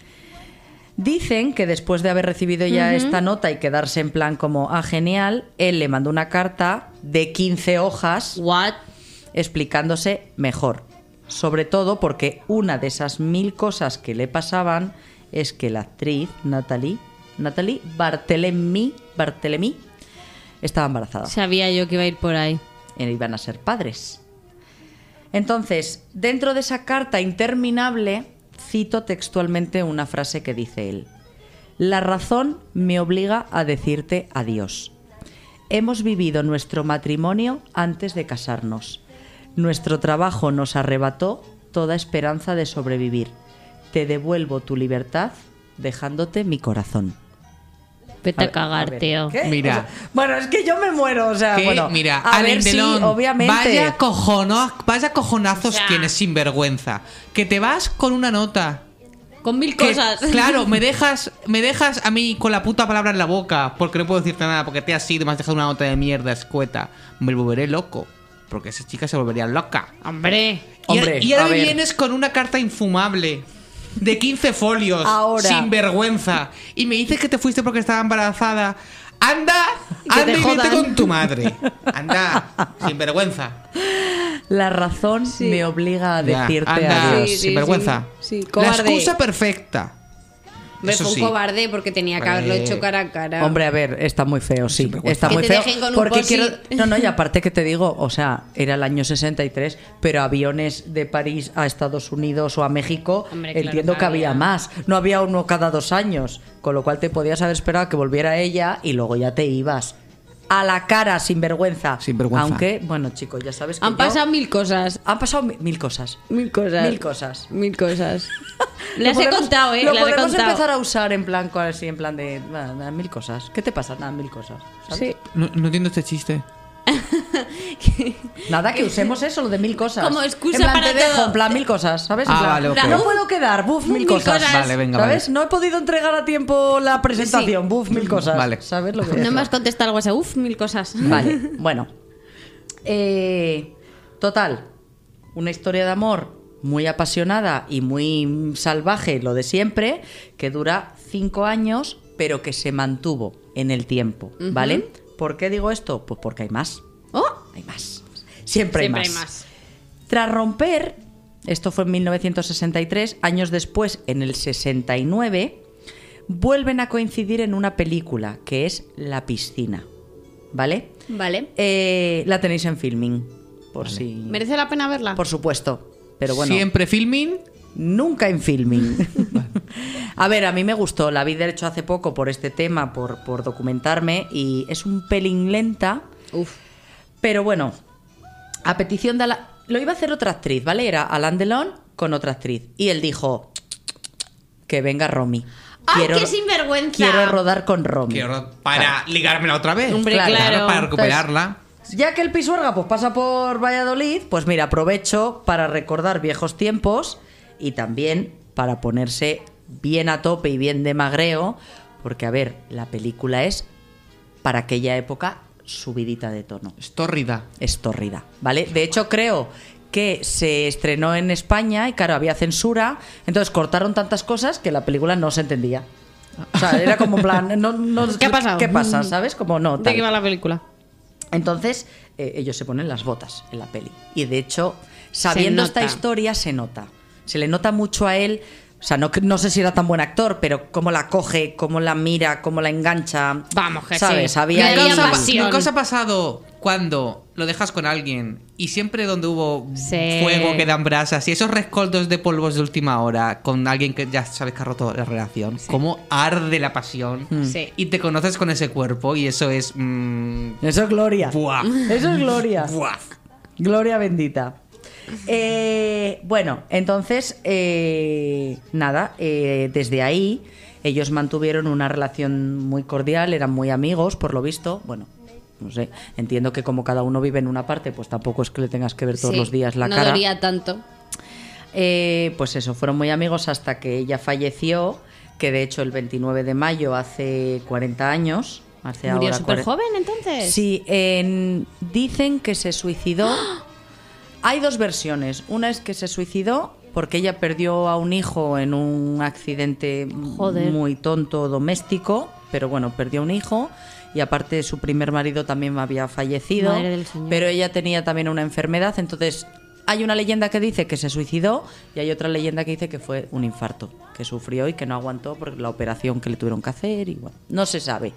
Dicen que después de haber recibido ya esta nota y quedarse en plan como, ah, genial, él le mandó una carta de 15 hojas
What?
explicándose mejor. Sobre todo porque una de esas mil cosas que le pasaban es que la actriz Natalie, Natalie Barthelemy, Barthelemy estaba embarazada
Sabía yo que iba a ir por ahí.
e iban a ser padres. Entonces, dentro de esa carta interminable, cito textualmente una frase que dice él. La razón me obliga a decirte adiós. Hemos vivido nuestro matrimonio antes de casarnos. Nuestro trabajo nos arrebató toda esperanza de sobrevivir. Te devuelvo tu libertad dejándote mi corazón.
Vete a,
ver,
cagar,
ver.
tío.
¿Qué?
Mira.
O sea, bueno, es que yo me muero, o sea,
Que,
Ah, bueno,
mira,
a
Alain
ver si,
Delon,
obviamente.
Vaya, cojono, vaya cojonazos
O sea.
tienes sin vergüenza. Que te vas con una nota.
Con mil
Que,
cosas. *laughs*
Claro, me dejas, me dejas a mí con la puta palabra en la boca. Porque no puedo decirte nada, porque te has ido y me has dejado una nota de mierda escueta. Me volveré loco. Porque esa chica se volvería loca.
Hombre.
Y ahora-
Hombre,
y ahora
a
me
ver.
vienes con una carta infumable de 15 folios,
Ahora.
sin vergüenza, y me dices que te fuiste porque estaba embarazada. Anda,
te
anda y vete
jodan.
con tu madre. Anda, sin vergüenza.
La razón me obliga a decirte
anda,
adiós.
Sí, sí,
sin vergüenza.
sí. Sí,
La
cobarde.
excusa perfecta.
Me
Eso
fue un
sí.
cobarde porque tenía que haberlo
Eh,
hecho cara a cara.
Hombre, a ver, está muy feo, sí.
vergüenza.
Está
Que
muy
te
feo.
dejen con un
porque
post-it. *laughs*
quiero... No, no, y aparte que te digo, o sea, era el año 63, pero aviones de París a Estados Unidos o a México,
Hombre, claro
entiendo
que
que había
había.
más. No había uno cada dos años, con lo cual te podías haber esperado a que volviera ella y luego ya te ibas. A la cara, sin vergüenza.
Sin vergüenza.
Aunque, bueno, chicos, ya sabes que
Han
yo-
pasado mil cosas.
han pasado mi- mil cosas.
Mil cosas.
Mil cosas.
Mil *laughs* cosas.
Lo
Las he
podemos-
contado, ¿eh?
Lo
Las he
podemos
contado.
empezar a usar en plan, cual- así, en plan de nada, nada, mil cosas. ¿Qué te pasa? Nada, mil cosas. ¿sabes?
Sí.
No, no entiendo este chiste.
Nada, que usemos eso, lo de mil cosas.
Como excusa
en plan,
para
te dejo,
todo.
en plan, mil cosas, ¿sabes? En
Ah,
plan,
vale, ok.
No puedo quedar, buf, mil,
Mil
cosas.
cosas. Vale,
venga,
¿Sabes?
vale.
No he podido entregar a tiempo la presentación, buf, mil cosas.
Vale.
¿Sabes lo
*laughs*
que
No
es?
me has contestado algo así. Uf, mil cosas.
Vale, bueno. Eh, total, una historia de amor muy apasionada y muy salvaje, lo de siempre, que dura cinco años, pero que se mantuvo en el tiempo, ¿vale? ¿Por qué digo esto? Pues porque hay más.
*laughs* Oh,
Hay más. Siempre,
siempre
Hay más. Tras romper, esto fue en 1963, años después, en el 69, vuelven a coincidir en una película que es La piscina. ¿Vale?
Vale.
Eh, la tenéis en filming, por si.
¿Merece la pena verla?
Por supuesto. Pero bueno,
Siempre filming.
nunca en filming. a ver, a mí me gustó. La vi de hecho hace poco por este tema, por, por documentarme, y es un pelín lenta.
Uf.
Pero bueno, a petición de Ala- Lo iba a hacer otra actriz, ¿vale? Era Alain Delon con otra actriz. Y él dijo: Que venga Romy.
¡Ay, qué sinvergüenza!
Quiero rodar con Romy.
Quiero- para ligármela otra vez.
Hombre, claro.
Para recuperarla.
Ya que el Pisuerga pues, pasa por Valladolid, pues mira, aprovecho para recordar viejos tiempos y también para ponerse bien a tope y bien de magreo, porque a ver, la película es para aquella época subidita de tono,
Es tórrida.
es tórrida, ¿vale? De hecho creo que se estrenó en España y claro, había censura, entonces cortaron tantas cosas que la película no se entendía. O sea, era como en plan, no, no-
¿Qué ha pasado? Mm.
¿Qué pasa? ¿Sabes? Como no.
¿De
tal.
qué va la película?
Entonces, eh, ellos se ponen las botas en la peli. Y de hecho, sabiendo esta
nota.
historia, se nota. Se le nota mucho a él. O sea, no, cre- no sé si era tan buen actor, pero cómo la coge, cómo la mira, cómo la engancha.
Vamos, que sí.
¿Sabes?
Le
Había ahí-
había
Nunca os ha-
pasión.
nunca os ha pasado cuando lo dejas con alguien y siempre donde hubo
Sí.
fuego quedan brasas y esos rescoldos de polvos de última hora con alguien que ya sabes que ha roto la relación? ¿Cómo arde la pasión?
Mm.
Sí.
Y te conoces con ese cuerpo y eso es...
*laughs*
mm,
Eso es gloria.
buah,
Eso es gloria.
buah.
Gloria bendita. Eh, bueno, entonces, eh, nada, eh, desde ahí ellos mantuvieron una relación muy cordial, eran muy amigos, por lo visto. Bueno, No sé, entiendo que como cada uno vive en una parte, pues tampoco es que le tengas que ver todos
Sí,
los días la
no
cara.
dolía tanto.
Eh, pues eso, fueron muy amigos hasta que ella falleció, que de hecho el 29 de mayo hace 40 años. Hace
Murió
ahora
súper
40
joven entonces.
Sí, en- dicen que se suicidó.
¡Ah!
Hay dos versiones. Una es que se suicidó porque ella perdió a un hijo en un accidente m-
Joder.
muy tonto doméstico, pero bueno, perdió un hijo y aparte su primer marido también había fallecido,
Madre del Señor.
pero ella tenía también una enfermedad, entonces hay una leyenda que dice que se suicidó y hay otra leyenda que dice que fue un infarto, que sufrió y que no aguantó por la operación que le tuvieron que hacer y bueno, no se sabe.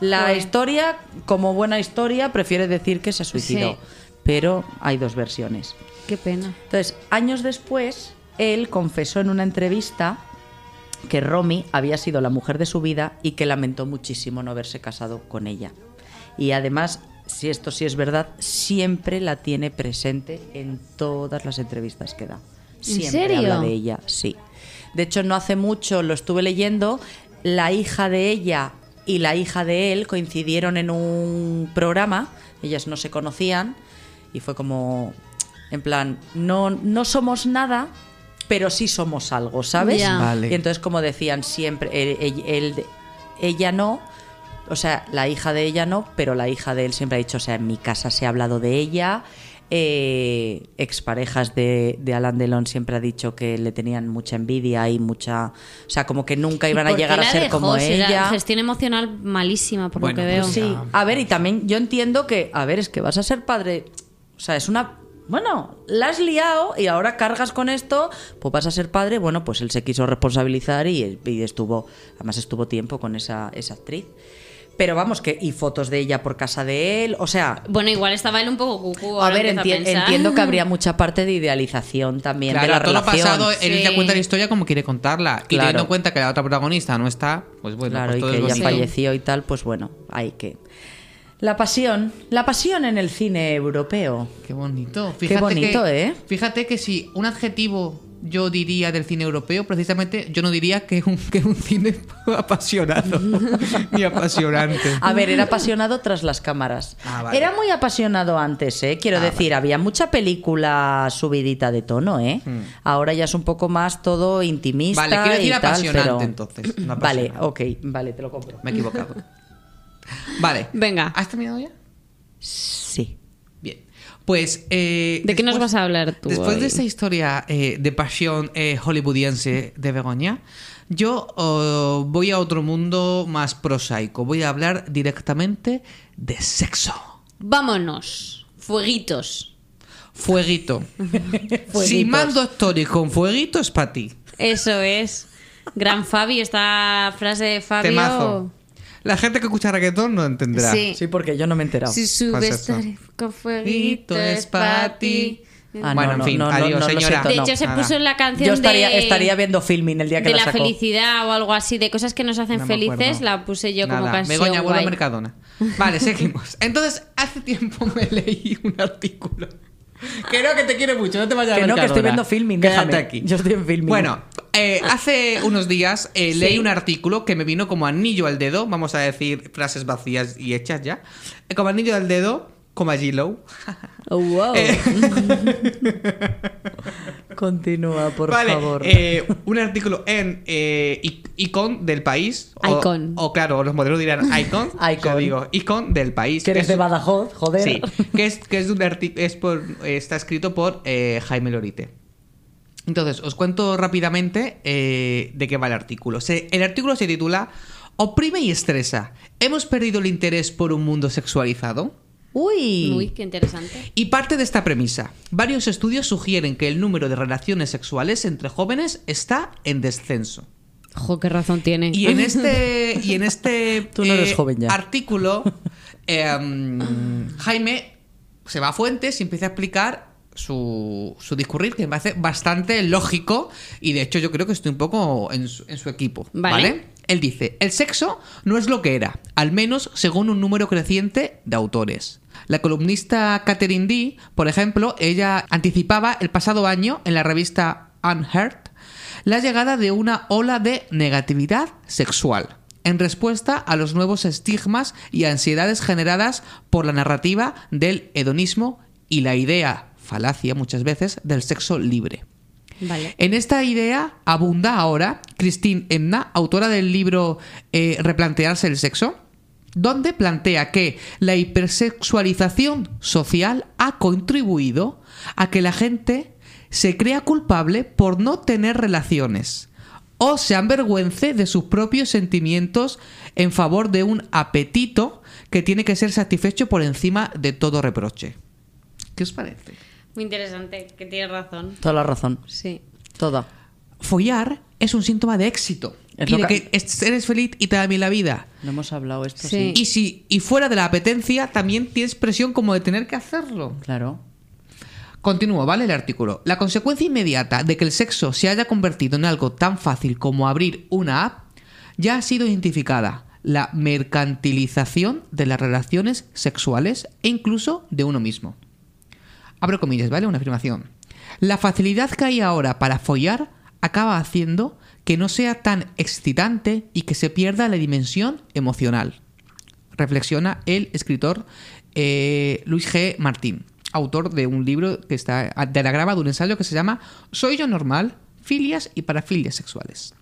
La historia, como buena historia, prefiere decir que se suicidó,
Sí.
Pues pero hay dos versiones.
Qué pena.
Entonces, años después, él confesó en una entrevista que Romy había sido la mujer de su vida y que lamentó muchísimo no haberse casado con ella. Y además, si esto sí es verdad, siempre la tiene presente en todas las entrevistas que da. Siempre
serio?
habla de ella, sí. De hecho, no hace mucho lo estuve leyendo, la hija de ella y la hija de él coincidieron en un programa, ellas no se conocían y fue como en plan, no no somos nada, pero sí somos algo, ¿sabes?
Ya.
Vale.
Y entonces como decían siempre él- él- él- ella no o sea, la hija de ella no, pero la hija de él siempre ha dicho, o sea, en mi casa se ha hablado de ella. eh, exparejas de, de Alan Delon siempre ha dicho que le tenían mucha envidia y mucha... O sea, como que nunca iban a
¿Por qué
llegar a
la
ser
dejó?
como
Si era
ella.
Gestión emocional malísima, por
Bueno,
lo que
pues
veo.
sí.
Sí, a ver, y también yo entiendo que, a ver, es que vas a ser padre. O sea, es una. Bueno, la has liado y ahora cargas con esto, pues vas a ser padre. Bueno, pues él se quiso responsabilizar y, y estuvo, además estuvo tiempo con esa, esa actriz. Pero vamos, que, y fotos de ella por casa de él, o sea.
Bueno, igual estaba él un poco cucú.
A
ahora
ver,
empiezo
enti-
pensar. *laughs*
entiendo que habría mucha parte de idealización también de la
Claro, todo lo
relación.
pasado, él ya
Sí.
cuenta la historia como quiere contarla. Y
Claro.
teniendo en cuenta que la otra protagonista no está, pues bueno,
Claro,
pues todo
y
es
que ella
bonito.
falleció y tal, pues bueno, hay que. La pasión, la pasión en el cine europeo.
Qué bonito.
Qué
Fíjate
bonito,
que,
¿eh?
Fíjate que si un adjetivo yo diría del cine europeo, precisamente yo no diría que es un, que es un cine *laughs*
*laughs*
apasionado ni apasionante.
A ver, era apasionado tras las cámaras.
Ah, vale.
Era muy apasionado antes, ¿eh? Quiero
Ah,
decir, había mucha película subidita de tono, ¿eh? Ahora ya es un poco más todo intimista.
Hmm. Vale, quiero decir
y tal,
apasionante
pero-
entonces. no
Vale,
apasionado.
ok, vale, te lo compro.
Me he equivocado. Vale.
Venga.
¿Has terminado ya?
Sí.
Bien. Pues. eh,
¿De qué nos
después-
vas a hablar tú
Después
hoy?
de esta historia eh, de pasión eh, hollywoodiense de Begoña, yo oh, voy a otro mundo más prosaico. Voy a hablar directamente de sexo.
Vámonos. Fueguitos.
Fueguito. Si Pues mando stories con fueguito es para ti.
Eso es. Gran Fabi, esta frase de Fabio.
Temazo. La gente que escucha reggaetón no entenderá.
Sí.
Sí, porque yo no me he enterado.
Pues
Si subes
Concepto.
con fueguito es para ti.
Ah,
bueno, en fin, adiós,
lo
señora.
siento,
De
no.
hecho, se
Ah, nada.
puso la canción
Yo estaría,
de...
estaría viendo filming el día que
de
la
la,
sacó.
felicidad o algo así, de cosas que nos hacen
No me
felices,
acuerdo.
la puse yo como
Nada,
canción.
Begoña, vuelvo a
guay.
Mercadona. Vale,
*laughs*
seguimos. Entonces, hace tiempo me leí un artículo. Que no, que te quiero mucho, no te vayas a
Que no, que
Mercadona.
estoy viendo filming,
Quédate
déjame.
aquí.
Yo estoy en filming.
Bueno, eh, hace unos días eh, leí un artículo que me vino como anillo al dedo, vamos a decir frases vacías y hechas ya, eh, como anillo al dedo, como a G-Lo.
Oh, wow.
Eh.
Continúa,
*laughs*
por
Vale,
favor.
eh, un artículo en eh, I- Icon del país. o-
Icon.
O, claro, los modelos dirán Icon.
*laughs* Icon.
Yo digo Icon del país.
que eres
que
de
es-
Badajoz, joder.
Sí, que es, que es de un arti- es por, está escrito por eh, Jaime Lorite. Entonces, os cuento rápidamente eh, de qué va el artículo. Se- el artículo se titula Oprime y estresa. ¿Hemos perdido el interés por un mundo sexualizado?
Uy.
Uy, qué interesante.
Y parte de esta premisa. Varios estudios sugieren que el número de relaciones sexuales entre jóvenes está en descenso.
Jo, qué razón tiene.
Y en este, y en este
Tú no eres joven ya.
artículo, em, Jaime se va a fuentes y empieza a explicar su, su discurrir, que me parece bastante lógico. Y de hecho, yo creo que estoy un poco en su, en su equipo.
Vale.
Vale. Él dice: el sexo no es lo que era, al menos según un número creciente de autores. La columnista Catherine Dee, por ejemplo, ella anticipaba el pasado año en la revista Unheard la llegada de una ola de negatividad sexual en respuesta a los nuevos estigmas y ansiedades generadas por la narrativa del hedonismo y la idea, falacia muchas veces, del sexo libre.
*laughs* Vale.
En esta idea abunda ahora Christine Emna, autora del libro eh, Replantearse el sexo, donde plantea que la hipersexualización social ha contribuido a que la gente se crea culpable por no tener relaciones o se avergüence de sus propios sentimientos en favor de un apetito que tiene que ser satisfecho por encima de todo reproche. ¿Qué os parece?
Muy interesante, que tienes razón.
Toda la razón.
Sí.
Toda.
follar es un síntoma de éxito.
Es
y
lo
de
que-
que es- eres feliz y te da bien la vida.
No hemos hablado esto,
Sí.
sí.
Y si y fuera de la apetencia también tienes presión como de tener que hacerlo.
Claro.
Continúo, ¿vale? El artículo. La consecuencia inmediata de que el sexo se haya convertido en algo tan fácil como abrir una app ya ha sido identificada. La mercantilización de las relaciones sexuales e incluso de uno mismo. Abro comillas, ¿vale? Una afirmación. La facilidad que hay ahora para follar acaba haciendo que no sea tan excitante y que se pierda la dimensión emocional. Reflexiona el escritor eh, Luis G. Martín, autor de un libro que está ah, de la grava de un ensayo que se llama Soy yo normal, filias y parafilias sexuales.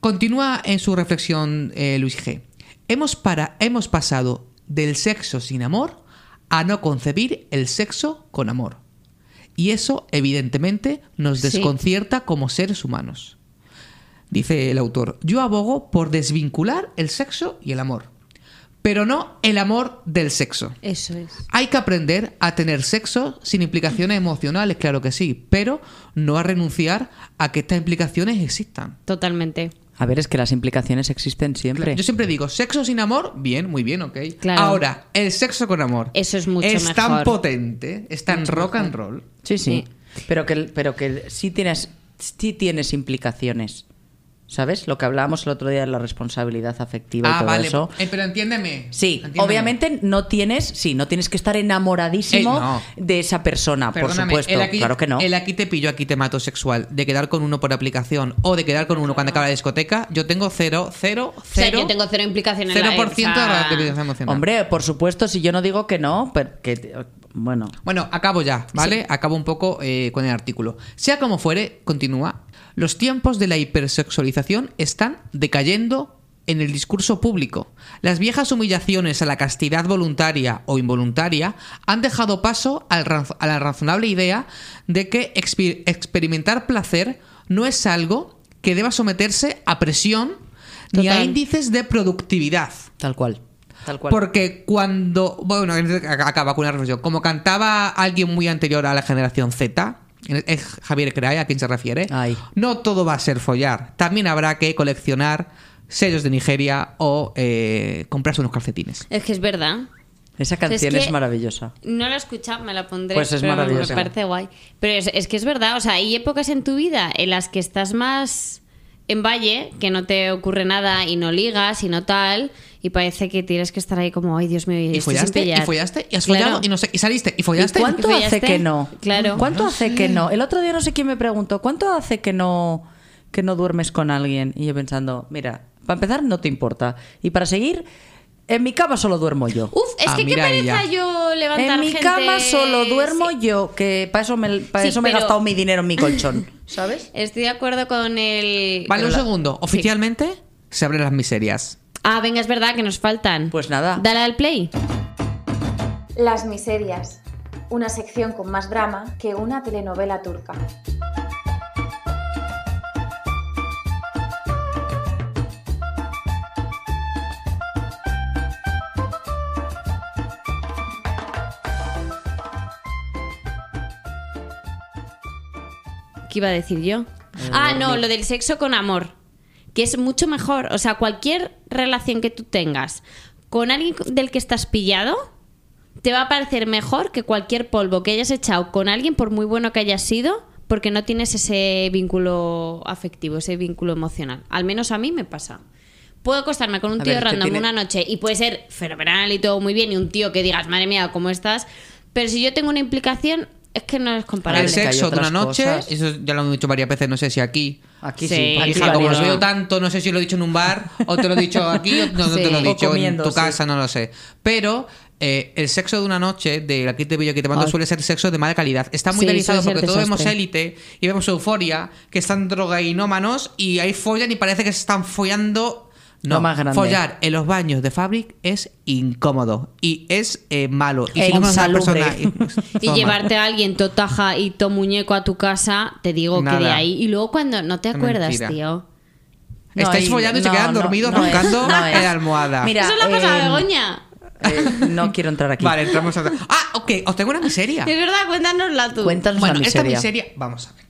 Continúa en su reflexión eh, Luis G. Hemos, para, hemos pasado del sexo sin amor a no concebir el sexo con amor. Y eso, evidentemente, nos
Sí.
desconcierta como seres humanos. Dice el autor, yo abogo por desvincular el sexo y el amor, pero no el amor del sexo.
Eso es.
Hay que aprender a tener sexo sin implicaciones emocionales, claro que sí, pero no a renunciar a que estas implicaciones existan.
Totalmente.
A ver, es que las implicaciones existen siempre.
Yo siempre digo, sexo sin amor, bien, muy bien, ok.
Claro.
Ahora, el sexo con amor.
Eso es mucho
Es tan
mejor.
potente, es tan rock and roll.
Sí, sí. Pero que, pero que sí, tienes, sí tienes implicaciones. ¿Sabes? Lo que hablábamos el otro día de la responsabilidad afectiva y
Ah,
todo
vale.
eso.
Eh, pero entiéndeme.
Sí,
entiéndeme.
obviamente no tienes, sí, no tienes que estar enamoradísimo
Eh, no.
de esa persona, por
Perdóname,
supuesto.
el aquí,
claro que no.
El aquí te pillo, aquí te mato sexual, de quedar con uno por aplicación o de quedar con uno cuando acaba la discoteca, yo tengo cero, cero,
O sea,
cero.
yo tengo cero implicación en la
0% de
o sea,
responsabilidad emocional.
Hombre, por supuesto, si yo no digo que no, pero que bueno,
Bueno, acabo ya, ¿vale? Acabo un poco eh, con el artículo. Sea como fuere, continúa. Los tiempos de la hipersexualización están decayendo en el discurso público. Las viejas humillaciones a la castidad voluntaria o involuntaria han dejado paso al raz- a la razonable idea de que expi- experimentar placer no es algo que deba someterse a presión ni a
Total.
índices de productividad.
tal cual. Tal cual.
Porque cuando. Bueno, este acaba con una reflexión. Como cantaba alguien muy anterior a la generación Z, e, es Javier Cray, a quien se refiere.
Ay.
No todo va a ser follar. También habrá que coleccionar sellos de Nigeria o eh, comprarse unos calcetines.
Es que es verdad.
Esa canción
que-
es maravillosa.
No la he escuchado, me la pondré.
Pues es
pero
maravillosa.
Me parece guay. Pero es, es que es verdad, o sea, hay épocas en tu vida en las que estás más en valle, que no te ocurre nada y no ligas y no tal, y parece que tienes que estar ahí como, ay Dios mío,
Y
estoy sin
follaste, y
pillar".
follaste, y has
Claro.
follado, y no sé, y saliste, y
¿Y
follaste.
cuánto
¿Follaste?
hace que no?
Claro.
Ah,
¿Cuánto hace que no? El otro día no sé quién me preguntó, ¿cuánto hace que no que no duermes con alguien? Y yo pensando, mira, para empezar no te importa y para seguir en mi cama solo duermo yo.
Uf, es
Ah,
que qué
mira
pereza
ella.
yo Uh, levantar
En mi
gente-
cama solo duermo
Sí.
yo, que para eso me, para
Sí,
eso me he
pero-
gastado mi dinero en mi colchón, ¿sabes?
Estoy de acuerdo con el...
Vale, un
con la-
segundo. Oficialmente se abren las miserias.
Ah, venga, es verdad que nos faltan.
Pues nada.
Dale al play.
Las miserias, una sección con más drama que una telenovela turca.
¿Qué iba a decir yo?
Eh,
Ah, no, lo del sexo con amor. Que es mucho mejor. O sea, cualquier relación que tú tengas con alguien del que estás pillado, te va a parecer mejor que cualquier polvo que hayas echado con alguien, por muy bueno que hayas sido, porque no tienes ese vínculo afectivo, ese vínculo emocional. Al menos a mí me pasa. Puedo acostarme con un
A
tío
ver, es que
random
tiene-
una noche y puede ser fenomenal y todo muy bien, y un tío que digas, madre mía, ¿cómo estás? Pero si yo tengo una implicación, es que no es comparable.
el sexo de una noche,
cosas.
eso ya lo hemos dicho varias veces, no sé si aquí.
Aquí sí, Sí, aquí
Hija, como
varias
os veo
veces.
tanto, no sé si lo he dicho en un bar, o te lo he dicho
*laughs*
aquí, o no te
Sí.
lo he
O
dicho
comiendo,
en tu
sí.
casa, no lo sé. Pero eh, el sexo de una noche, de aquí te veo, aquí te mando,
Ay.
suele ser sexo de mala calidad. Está muy
Sí,
idealizado
suele ser
porque todos vemos
desastre.
élite y vemos euforia, que están drogainómanos y ahí follan y parece que se están follando. No,
Lo más grande.
follar en los baños de Fabric es incómodo y es eh, malo. Y
E
si conoces a la
insalubre.
persona-
*laughs*
Y
Toma.
llevarte a alguien totaja y to muñeco a tu casa, te digo que de
Nada.
ahí. Y luego cuando no te
Es
acuerdas,
mentira.
tío.
No, Estáis y- follando y se no, quedan no, dormidos no es, roncando no en es. la almohada.
Mira,
Eso es lo que pasa
eh,
Begoña.
eh, no quiero entrar aquí.
Vale, entramos a... Ah, ok, os tengo una
*laughs*
miseria.
Es verdad, cuéntanosla tú.
Cuéntanos
Bueno,
la
esta
miseria.
miseria, vamos a ver.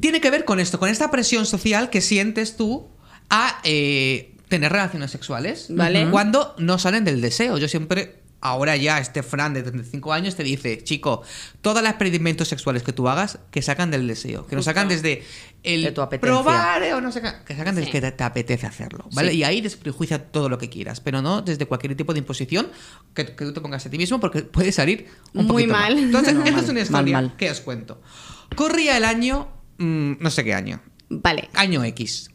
Tiene que ver con esto, con esta presión social que sientes tú a eh, tener relaciones sexuales,
Vale.
Cuando no salen del deseo. Yo siempre, ahora ya este Fran de 35 años te dice, chico, todas las experimentos sexuales que tú hagas, que sacan del deseo, que no sacan desde el
De tu apetencia.
probar eh, o no sacan, que sacan desde
Sí.
que te, te apetece hacerlo, ¿vale?
Sí.
Y ahí desprejuicia todo lo que quieras, pero no desde cualquier tipo de imposición que, que tú te pongas a ti mismo porque puede salir un
Muy
poquito
mal.
Entonces,
No,
esta
mal,
es una
mal,
historia
mal.
que os cuento. Corría el año, mm, no sé qué año,
Vale.
año X.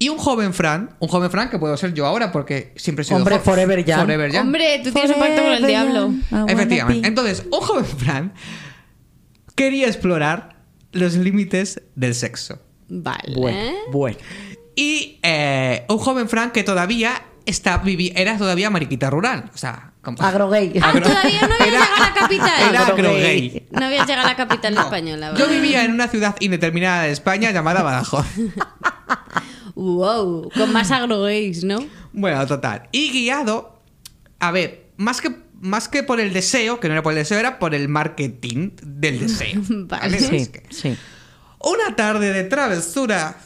Y un joven Fran, un joven Fran que puedo ser yo ahora porque siempre he sido
Hombre,
jo-
forever young.
Forever young.
Hombre, ah, tú tienes un pacto con el
Forever
diablo.
young. I wanna
Efectivamente.
be.
Entonces, un joven Fran quería explorar los límites del sexo.
Vale.
bueno.
Y eh, un joven Fran que todavía está vivi- era todavía mariquita rural. O sea, como-
Agrogay.
Ah, Todavía no había llegado a la capital.
era agrogay.
No había llegado a
*laughs*
la capital española.
Yo
¿vale?
vivía en una ciudad indeterminada de España llamada Badajoz. *laughs*
Wow, con más agrogays, ¿no?
Bueno, total. Y guiado, a ver, más que, más que por el deseo, que no era por el deseo, era por el marketing del deseo.
*laughs* Vale.
Es
Sí,
que-
sí.
Una tarde de travesura.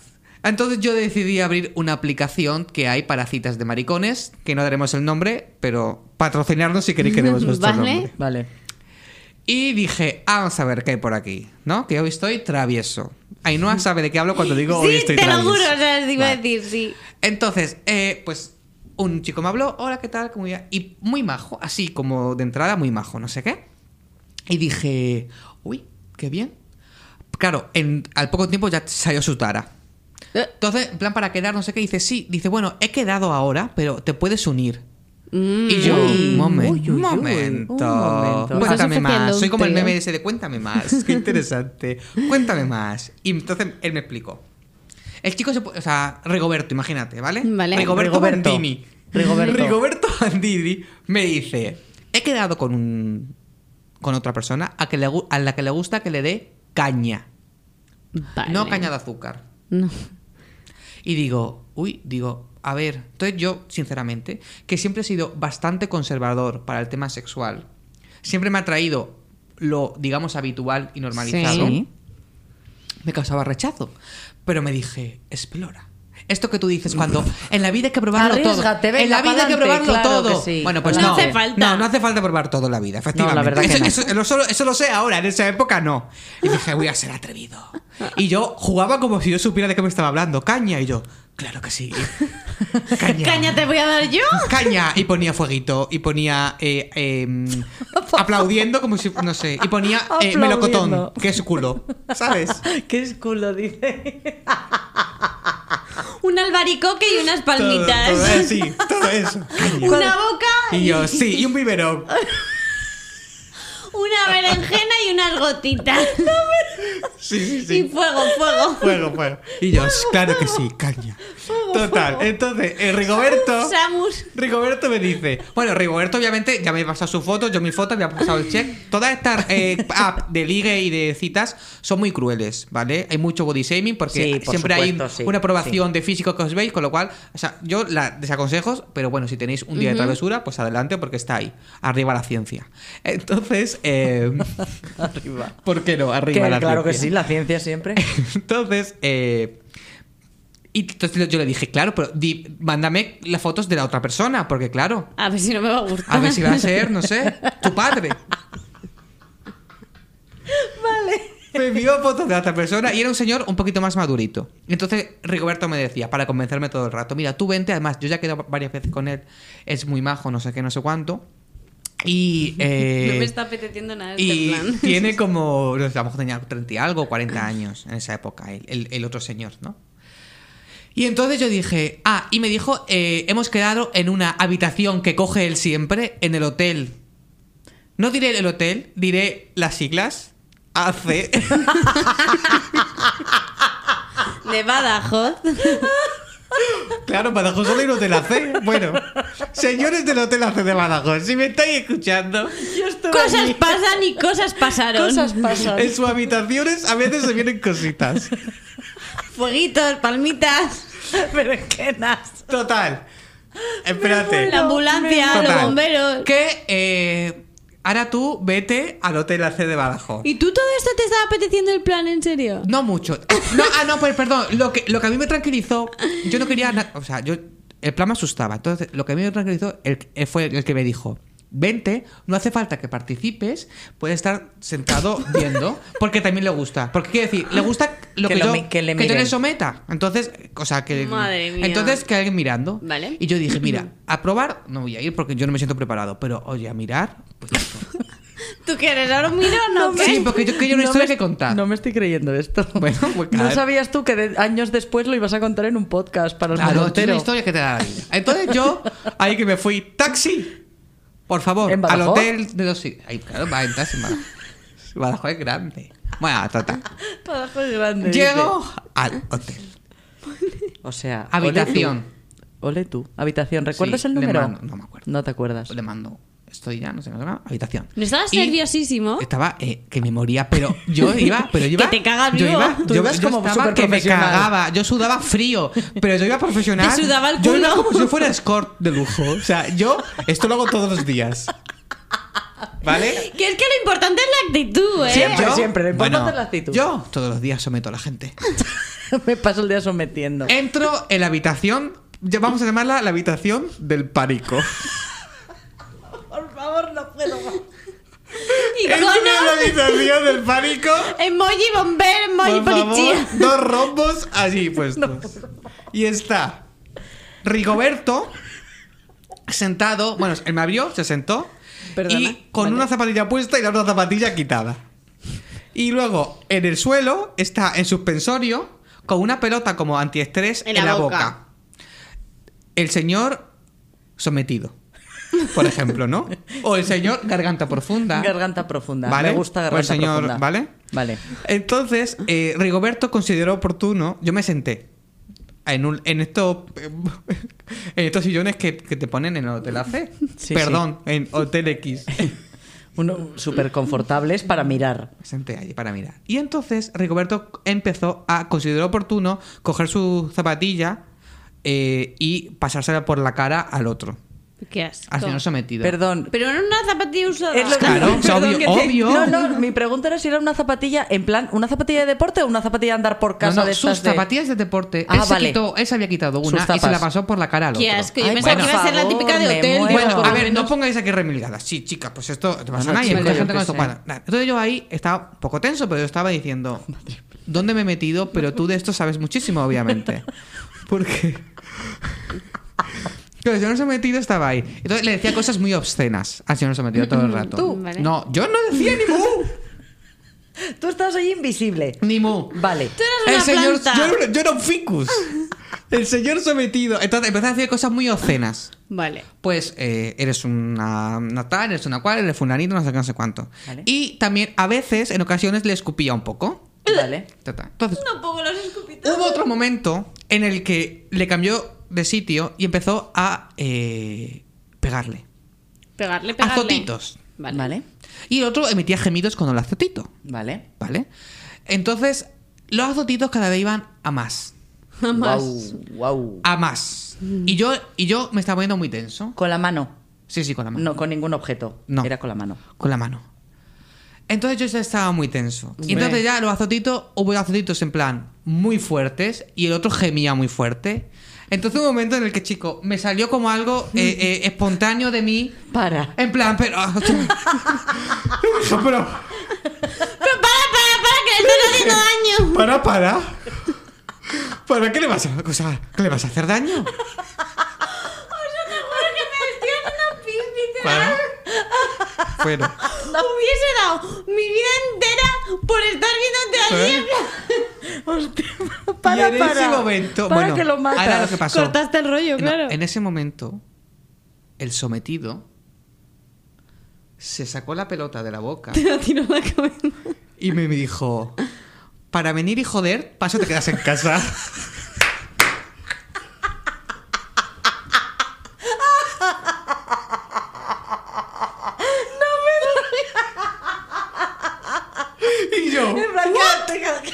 Entonces yo decidí abrir una aplicación que hay para citas de maricones, que no daremos el nombre, pero patrocinarnos si queréis que
*laughs*
demos vuestro
Vale.
nombre.
Vale.
Y dije, vamos a ver qué hay por aquí, ¿no? Que hoy estoy travieso. Ainhoa sabe de qué hablo cuando digo hoy
Sí,
estoy
te lo
travieso.
juro, o sea, te iba a
Vale.
decir, sí.
Entonces, eh, pues un chico me habló, hola, ¿qué tal? ¿Cómo ya? Y muy majo, así como de entrada, muy majo, no sé qué. Y dije, uy, qué bien. Claro, en, al poco tiempo ya salió su tara. Entonces, en plan para quedar, no sé qué, dice, sí, dice, bueno, he quedado ahora, pero te puedes unir. Y yo,
Uy,
"Momen-
uy, uy, uy,
momento,
un momento.
cuéntame
Estás
más. Soy como el
ofreciendo un
meme ese de cuéntame más, qué interesante, cuéntame más. Y entonces él me explicó. El chico se pu- o sea, Rigoberto, imagínate, ¿vale?
Vale.
Rigoberto,
Rigoberto.
Bandini.
Rigoberto.
Rigoberto Bandini me dice, he quedado con un con otra persona a que le gu- a la que le gusta que le dé caña,
Mm, Vale.
no caña de azúcar.
No.
Y digo, uy, digo, a ver, entonces yo, sinceramente, que siempre he sido bastante conservador para el tema sexual, siempre me ha traído lo, digamos, habitual y normalizado,
Sí.
me causaba rechazo. Pero me dije, explora. Esto que tú dices cuando en la vida hay que probarlo
Arriésgate,
todo. en
venga,
la vida hay que
pa'lante,
probarlo
claro
todo.
que sí.
Bueno, pues no.
No hace falta.
No, no hace falta probar todo en la vida, efectivamente.
No, la verdad que
eso,
no.
eso- lo solo- eso lo sé ahora, en esa época no. Y dije, voy a ser atrevido. Y yo jugaba como si yo supiera de qué me estaba hablando. Caña. Y yo, claro que sí. Caña.
Caña te voy a dar yo.
Caña. Y ponía fueguito. Y ponía eh,
*laughs*
eh, aplaudiendo como si, no sé. Y ponía eh, melocotón,
Aplaudiendo.
que es su culo. ¿Sabes?
*laughs* Qué es culo, dice.
Un albaricoque y unas
Todo,
palmitas.
todo, eh, sí, todo eso. Caña.
Una boca
Y yo, sí, y un biberón.
Una berenjena y unas gotitas.
Sí, sí, sí.
Y fuego, fuego.
Fuego, fuego. Y yo, claro que sí, caña. Total. Entonces, eh,
*laughs*
Rigoberto.
Samus.
Rigoberto me dice. Bueno, Rigoberto, obviamente, ya me he pasado sus fotos, yo mis fotos, me ha pasado el check. Todas estas eh, apps de ligue y de citas son muy crueles, ¿vale? Hay mucho body shaming porque
Sí, por
siempre hay
supuesto, sí,
una aprobación de físico que os veis, con lo cual, o sea, yo la desaconsejo, pero bueno, si tenéis un día de travesura, pues adelante porque está ahí. Arriba la ciencia. Entonces, eh,
*laughs* Arriba.
¿por qué no? Arriba la
claro que
ciencia.
sí, la ciencia siempre.
Entonces, eh, y entonces yo le dije, claro, pero di- mándame las fotos de la otra persona, porque claro,
A ver si no me va a gustar.
a ver si va a
*laughs*
ser, no sé, tu padre. Vale. Me envió fotos de la otra persona y era un señor un poquito más madurito. Y Entonces Rigoberto me decía, para convencerme todo el rato, mira, tú vente, además, yo ya he quedado varias veces con él, es muy majo, no sé qué, no sé cuánto. Y, eh,
no *laughs* me está apeteciendo nada este
y
plan. *laughs*
tiene como, no sé, a lo mejor tenía 30 y algo, 40 años en esa época, el, el- el otro señor, ¿no? Y entonces yo dije, ah, y me dijo, eh, hemos quedado en una habitación que coge él siempre, en el hotel. No diré el hotel, diré las siglas. AC.
De Badajoz.
*laughs* Claro, Badajoz solo hay un hotel AC. Bueno, señores del hotel AC de Badajoz, si me estáis escuchando,
Cosas pasan y cosas pasaron.
Cosas pasan.
en sus habitaciones a veces se vienen cositas.
*laughs* Fueguitos, palmitas,
*laughs* Pero es que nas.
Total. Espérate.
la ambulancia,
Total.
los bomberos.
Que eh, ahora tú vete al Hotel AC de Badajoz.
¿Y tú todo esto te estaba apeteciendo el plan en serio?
No mucho. No, ah, no, pues perdón. Lo que, lo que a mí me tranquilizó, yo no quería. na- O sea, yo. El plan me asustaba. Entonces, lo que a mí me tranquilizó el- eh, fue el que me dijo. Vente, no hace falta que participes, puedes estar sentado viendo, porque también le gusta. Porque quiere decir, le gusta lo
Que
que,
lo
yo,
mi- que le
que yo
miren.
le someta. Entonces, o sea, que.
Madre mía.
Entonces, que alguien mirando.
Vale.
Y yo dije,
*clears throat*
mira, a probar no voy a ir porque yo no me siento preparado, pero oye, a mirar, pues esto.
¿Tú quieres ahora un mirón o qué?
Sí, porque yo quería una historia
me-
que contar.
No me estoy creyendo esto.
*laughs* Bueno, pues
No
claro.
sabías tú que de- años después lo ibas a contar en un podcast para los
Claro, es una
monteros.
historia que te da la vida. Entonces yo, ahí que me fui, taxi, por favor,
¿En
al
Badajoz?
hotel de los... Ay, claro, va en taxi, en Badajoz. Badajoz es grande. Bueno, total.
Badajoz es grande,
Llego al hotel.
dice. O sea,
Habitación.
Ole tú. Ole tú. Habitación. ¿Recuerdas
Sí,
el
le
número?
mando- no me acuerdo.
No te acuerdas.
Le mando, estoy ya, no sé, no sé, no, habitación.
¿No estabas
Y
nerviosísimo?
Estaba eh, que me moría, pero yo iba, pero yo iba.
*laughs* Que te cagas
yo
vivo.
iba,
Tú
yo,
ibas
yo
como
estaba que me
superprofesional.
cagaba, yo sudaba frío, pero yo iba profesional.
Te sudaba el
Yo iba
culo.
como si fuera escort de lujo. O sea, yo esto lo hago todos los días. ¿Vale?
Que es que lo importante es la actitud, ¿eh? *laughs*
Siempre, siempre, lo importante es la actitud.
Yo todos los días someto a la gente.
*laughs* me paso el día sometiendo.
Eh. Entro en la habitación, ya vamos a llamarla la habitación del
*laughs*
pánico.
Por favor, no puedo más.
Entro
Icono,
en la habitación del pánico.
emoji bombero, emoji
Por favor, Ah,
policía.
dos rombos allí puestos. pues, Y está Rigoberto sentado. Bueno, él me abrió, se sentó.
Perdona,
y con
vale.
una zapatilla puesta y la otra zapatilla quitada. Y luego, en el suelo, está en suspensorio con una pelota como antiestrés en,
En la
la
boca.
boca. El señor sometido, por ejemplo, ¿no? O el señor garganta profunda.
Garganta profunda.
Vale.
Me gusta garganta
Pues, señor,
profunda.
¿vale?
Vale.
Entonces, eh, Rigoberto consideró oportuno. Yo me senté en, un- en, estos, *laughs* en estos sillones que, que te ponen en el Hotel AC.
Sí,
Perdón, en Hotel X. *laughs*
Uno súper confortables para mirar.
Me senté allí para mirar. Y entonces Rigoberto empezó a considerar oportuno coger su zapatilla eh, y pasársela por la cara al otro,
Qué
al
asco.
señor sometido.
Perdón.
Pero era una zapatilla usada.
Es lo que-
Claro, o sea,
perdón
obvio-
que te-
obvio.
No, no, mi pregunta era si era una zapatilla, en plan, ¿una zapatilla de deporte o una zapatilla de andar por
No,
casa
no,
de estas
sus
de-
zapatillas de deporte.
Ah,
él, se
vale.
quitó- él se había quitado
Sus
una y se
tapas.
la pasó por la cara al otro.
Qué asco. Yo
Ay,
pensaba
bueno.
que iba a ser la
Por
típica de
favor, me
hotel.
muero.
de-
Bueno,
Por
a
lo
ver, no
menos-
pongáis aquí remilgadas. Sí, chicas, pues esto te
Bueno,
pasa nada. y
chicos,
la
yo
gente
qué
con esto
sé.
para. Nada. Entonces yo ahí estaba un poco tenso, pero yo estaba diciendo, ¿dónde me he metido? Pero tú de esto sabes muchísimo, *laughs* obviamente. Porque... *laughs* Claro, el señor sometido estaba ahí. Entonces le decía cosas muy obscenas al señor sometido todo el rato.
Tú. Vale.
No, yo no decía ni mu.
Tú estás ahí invisible.
Ni mu.
Vale.
eras
El
una
señor,
planta.
yo, era- yo era un ficus. El señor sometido. Entonces empezó a decir cosas muy obscenas.
Vale.
Pues eh, eres una, una tal, eres una cual, eres fulanito, no sé qué, no sé cuánto.
Vale.
Y también a veces, en ocasiones, le escupía un poco.
Vale.
Ta, ta. Entonces,
Tampoco los escupitos.
hubo otro momento en el que le cambió de sitio y empezó a eh, pegarle.
Pegarle, pegarle.
Azotitos.
Vale. *laughs*
Vale.
Y el otro emitía gemidos cuando lo azotito,
Vale.
¿vale? Entonces, los azotitos cada vez iban a más.
Más.
Guau, guau.
A más. Y yo, y yo me estaba poniendo muy tenso.
Con la mano.
Sí, sí, con la mano.
No, con ningún objeto.
No.
Era con la mano.
con la mano. Entonces yo ya estaba muy tenso. Y
Hombre.
entonces ya los azotitos, hubo azotitos en plan muy fuertes y el otro gemía muy fuerte. Entonces hubo un momento en el que, chico, me salió como algo eh, eh, espontáneo de mí.
Para.
En plan, pero... *laughs* pero...
Pero para, para, para, que le estás haciendo daño.
Para, para. ¿Para qué le vas a... o sea, ¿Qué le vas a hacer daño?
Te juro que me estoy haciendo pis, literal.
Para. Fuera.
Hubiese dado mi vida entera por estar viéndote allí.
¿Eh?
en plan- *laughs*
y en ese momento,
Para
bueno,
que lo matas.
ahora lo que pasó.
Cortaste el rollo,
No,
claro. *laughs*
en ese momento, el sometido se sacó la pelota de la boca
Te la tiró en la
*laughs*
cabeza.
y me dijo: Para venir y joder, paso te quedas en casa. Y yo,
En plan, quédate, quédate.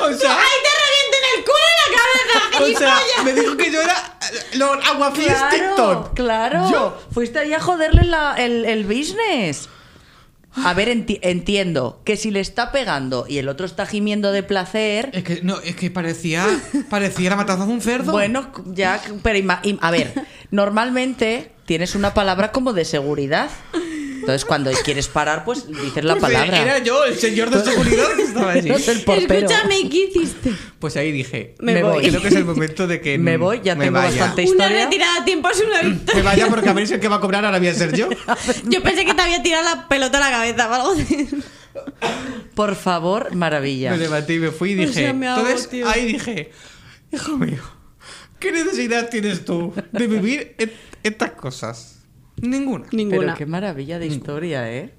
o sea,
¡Ay, te revienten el culo en la cabeza!
o sea, me dijo que yo era Lord Aguafíes
Claro,
TikTok.
claro.
Yo.
Fuiste ahí a joderle la- el, el business. A ver, enti- entiendo que si le está pegando y el otro está gimiendo de placer,
Es que no, es que parecía, parecía la matanza de un cerdo.
bueno, ya, pero ima- im- a ver, normalmente tienes una palabra como de seguridad. Entonces, cuando quieres parar, pues dices la
Pues
palabra. *laughs*
Era yo, el señor de seguridad que estaba allí.
Eres *laughs* el portero.
Escúchame, ¿qué hiciste?
Pues ahí dije,
Me voy.
Creo que es el momento de que
*laughs* Me voy, ya
me
tengo
vaya.
bastante
Una
historia.
retirada a tiempo es
*laughs*
*laughs*
una
Me
victoria.
vaya porque a ver si el que va a cobrar ahora voy a ser yo.
*laughs* Yo pensé que te había tirado la pelota a la cabeza o algo *laughs* así.
Por favor, maravilla.
Me levanté y me fui y
O
Pues
dije,
sea, me hago,
entonces
tío.
ahí dije, hijo mío, ¿qué necesidad tienes tú de vivir et- estas cosas? Ninguna.
Pero qué maravilla de historia, ¿eh?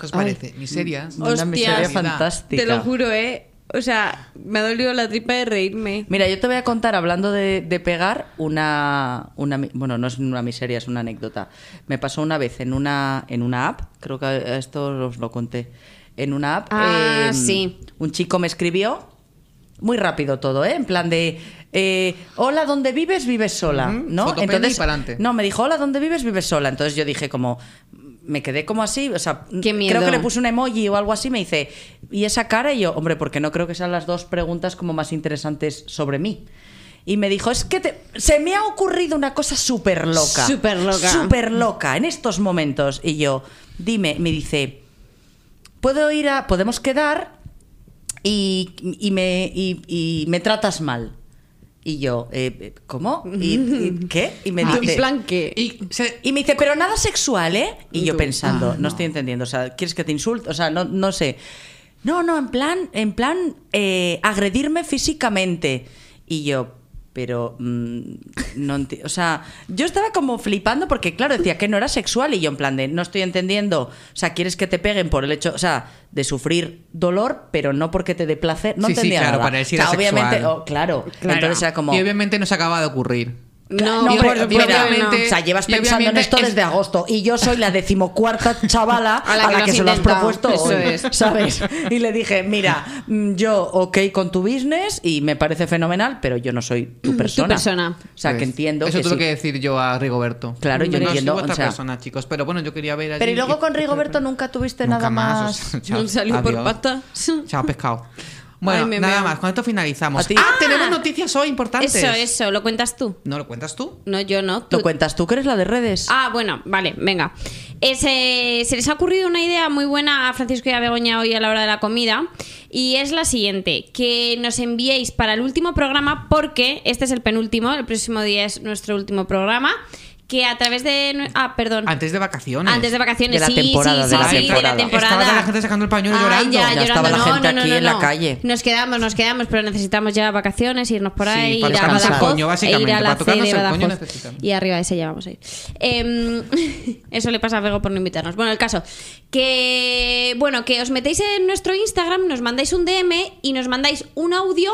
¿Qué os parece? Miserias.
Una
Hostias.
miseria
Te lo
fantástica.
Te lo juro, ¿eh? O sea, me ha dolido la tripa de reírme.
Mira, yo te voy a contar, hablando de, de pegar, una, una mi- Bueno, no es una miseria, es una anécdota. Me pasó una vez en una, en una app, creo que a- esto os lo conté. En una app. em,
Ah, sí.
Un chico me escribió, muy rápido todo, ¿eh? En plan de. eh, hola, ¿dónde vives? Vives sola,
Ujú,
¿no?
fotopeli y pa'lante.
no, me dijo, hola, ¿dónde vives? Vives sola. Entonces yo dije como, me quedé como así, o sea,
Qué miedo.
creo que le puse un emoji o algo así, me dice, ¿y esa cara? Y yo, hombre, porque no creo que sean las dos preguntas como más interesantes sobre mí. Y me dijo, es que te- se me ha ocurrido una cosa súper loca.
Súper loca.
Súper loca, en estos momentos. Y yo, dime, me dice, ¿puedo ir a, podemos quedar y, y me, y- y me tratas mal? Y yo, eh, ¿cómo? ¿Y,
*laughs*
y qué? Y me
Ah,
dice,
¿En plan qué?
Y se-
y me dice, pero nada sexual, ¿eh? Y yo
Tú,
pensando,
ah,
no.
no.
estoy entendiendo, o sea, ¿quieres que te insulte? O sea, no, no sé. No, no, en plan, en plan, eh, agredirme físicamente. Y yo, pero, mm, no enti- O sea, yo estaba como flipando porque, claro, decía que no era sexual y yo en plan de, no estoy entendiendo. O sea, ¿quieres que te peguen por el hecho, o sea, de sufrir dolor, pero no porque te dé placer? No
Sí, sí,
entendía
claro,
nada.
para él sí
O sea,
era sexual.
obviamente, oh, claro.
Claro.
Entonces era como...
y obviamente no se acaba de ocurrir.
No,
No,
Y
pero,
obvi-
por supuesto
mira,
que no.
obviamente-
o sea, llevas
y
pensando en
obviamente
esto
es-
desde agosto y yo soy la decimocuarta chavala
A la que lo has
se lo has
intentado,
propuesto
eso
hoy,
es.
¿sabes? Y le dije, mira, mm, yo ok con tu business y me parece fenomenal, pero yo no soy tu persona.
persona.
O sea, que
Pues,
entiendo
Eso
que
tuve
sí.
que decir yo a Rigoberto.
Claro, yo
no
entiendo,
sigo a
o
otra
sea-
persona, chicos. Pero bueno, yo quería ver.
Pero y
allí-
luego con Rigoberto nunca tuviste
Nunca
nada
*laughs*
más.
o sea, chao,
No salió por
adiós.
pata. *laughs*
Chao, pescado. Bueno,
Ay, me
nada
meo.
más. Con esto finalizamos.
¿A ti?
¡Ah! Tenemos noticias hoy importantes.
Eso, eso, ¿lo cuentas tú?
¿No lo cuentas tú?
No, yo no. tú-
¿Lo cuentas tú que eres la de redes?
Ah, bueno, vale, venga. Ese- se les ha ocurrido una idea muy buena a Francisco y a Begoña hoy a la hora de la comida y es la siguiente, que nos enviéis para el último programa porque este es el penúltimo, el próximo día es nuestro último programa, que a través de... nue- Ah, perdón.
Antes de vacaciones.
Antes de vacaciones,
De la
sí,
temporada,
sí,
de
sí,
la
sí,
temporada.
temporada.
Estaba la gente sacando el pañuelo
Ay,
llorando.
Ya,
Ya
llorando.
estaba la
No,
gente
no, no,
aquí
no,
en la
no.
calle.
Nos quedamos, nos quedamos, pero necesitamos ya vacaciones, irnos por
Sí,
ahí,
para
ir a
tocarnos el
Badajoz,
coño,
e ir
básicamente,
a la
para tocarnos
C de
el coño
Badajoz.
necesitamos.
Y arriba de ese ya vamos a ir. Em, *laughs* eso le pasa a Bego por no invitarnos. Bueno, el caso que bueno, que os metéis en nuestro Instagram, nos mandáis un DM y nos mandáis un audio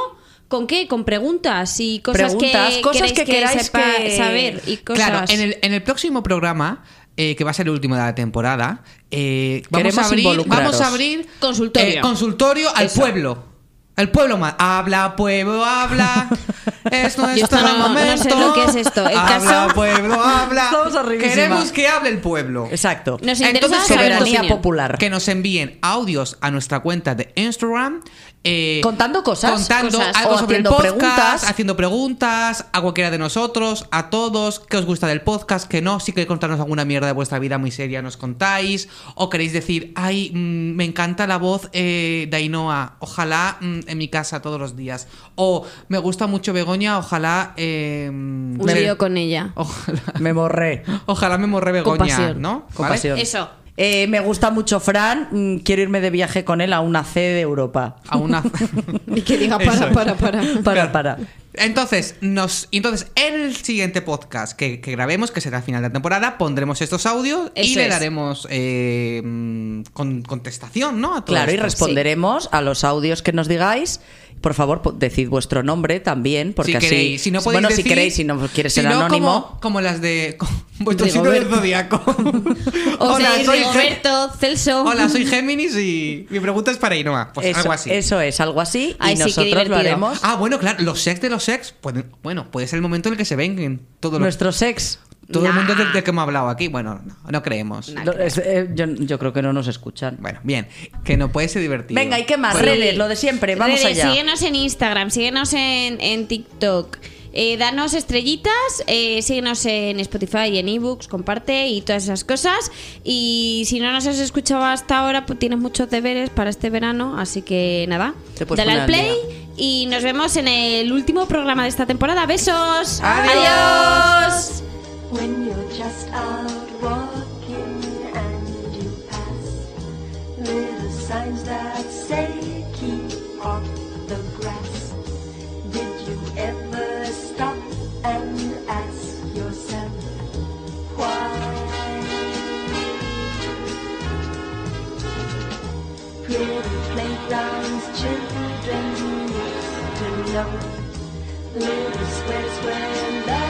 ¿Con qué? Con preguntas y cosas
Preguntas,
que
cosas
queréis
que queráis
sepa-
que-
saber y cosas.
Claro, en el, en el próximo programa, eh, que va a ser el último de la temporada, eh, vamos, a
Queremos
abrir,
involucraros.
vamos a abrir
Consultorio.
eh, consultorio al pueblo. Al pueblo más. Habla, pueblo,
*laughs*
habla. es nuestro
esto no- no
momento.
sé lo que es esto. El
habla,
caso-
pueblo,
*laughs*
habla.
Estamos arribísima.
Queremos que hable el pueblo.
Exacto.
Nos interesa
Entonces,
saber tu
Soberanía
opinión.
popular.
Que nos envíen audios a nuestra cuenta de Instagram. eh,
Contando cosas.
Contando
Cosas.
algo
O
sobre el
haciendo
podcast,
preguntas.
haciendo preguntas a cualquiera de nosotros, a todos. ¿Qué os gusta del podcast? ¿Qué no? Si queréis contarnos alguna mierda de vuestra vida muy seria, nos contáis. O queréis decir, ay, mm, me encanta la voz eh, de Ainhoa. Ojalá mm, en mi casa todos los días. O me gusta mucho Begoña. Ojalá. eh, mm,
un
me-
Oh.
lío con ella.
*laughs* Ojalá,
Me borré.
*laughs* ojalá me morre Begoña,
Compasión.
¿no? ¿Vale?
Compasión.
Eso.
Eh, me gusta mucho Fran, mm, quiero irme de viaje con él a una C de Europa.
A una...
Y que diga, para,
Eso es.
para, para.
*laughs* Para, para.
Entonces, nos, entonces, en el siguiente podcast que, que grabemos, que será al final de la temporada, pondremos estos audios y
Eso
le
es.
daremos eh, mm, con- contestación, ¿no? A todo
Claro, y
esto.
responderemos a los audios que nos digáis. Por favor, po- decid vuestro nombre también, porque
si
así.
queréis, si no podéis
bueno, si
decir-
queréis, si no quieres
si
ser
no,
anónimo.
Como, como las de.
*laughs*
como vuestro signo del
Rigoberto. *laughs*
zodiaco. *laughs*
O
Hola,
sea,
soy Gé-
Rigoberto, Celso.
Hola, soy Géminis y mi pregunta es para Inoa. Pues
eso,
algo así.
eso es, algo así.
Ay,
y
sí, qué
nosotros lo
divertido.
haremos.
Ah, bueno, claro, los sex de los sex. pueden- bueno, puede ser el momento en el que se vengan. Todo, lo-
Nuestro sex.
todo el mundo del
Nah.
del que hemos hablado aquí. Bueno, no, no creemos.
Nah.
Lo- es- eh, yo, yo creo que no nos escuchan.
Bueno, bien. Que no puede ser divertido.
Venga, ¿y qué más?
Bueno.
redes, lo de siempre, vamos
Redes,
allá.
Síguenos en Instagram, síguenos en, en TikTok. eh, danos estrellitas, eh, síguenos en Spotify, en ebooks, comparte y todas esas cosas. Y si no nos has escuchado hasta ahora, pues tienes muchos deberes para este verano, así que nada,
Te puedes
dale
poner
al
al
play y nos vemos en el último programa de esta temporada. Besos. Adiós.
when you're just out walking and you pass little signs that say keep off the grass. Did you ever stop and ask yourself why? Pretty playgrounds, children used to know little squares where love.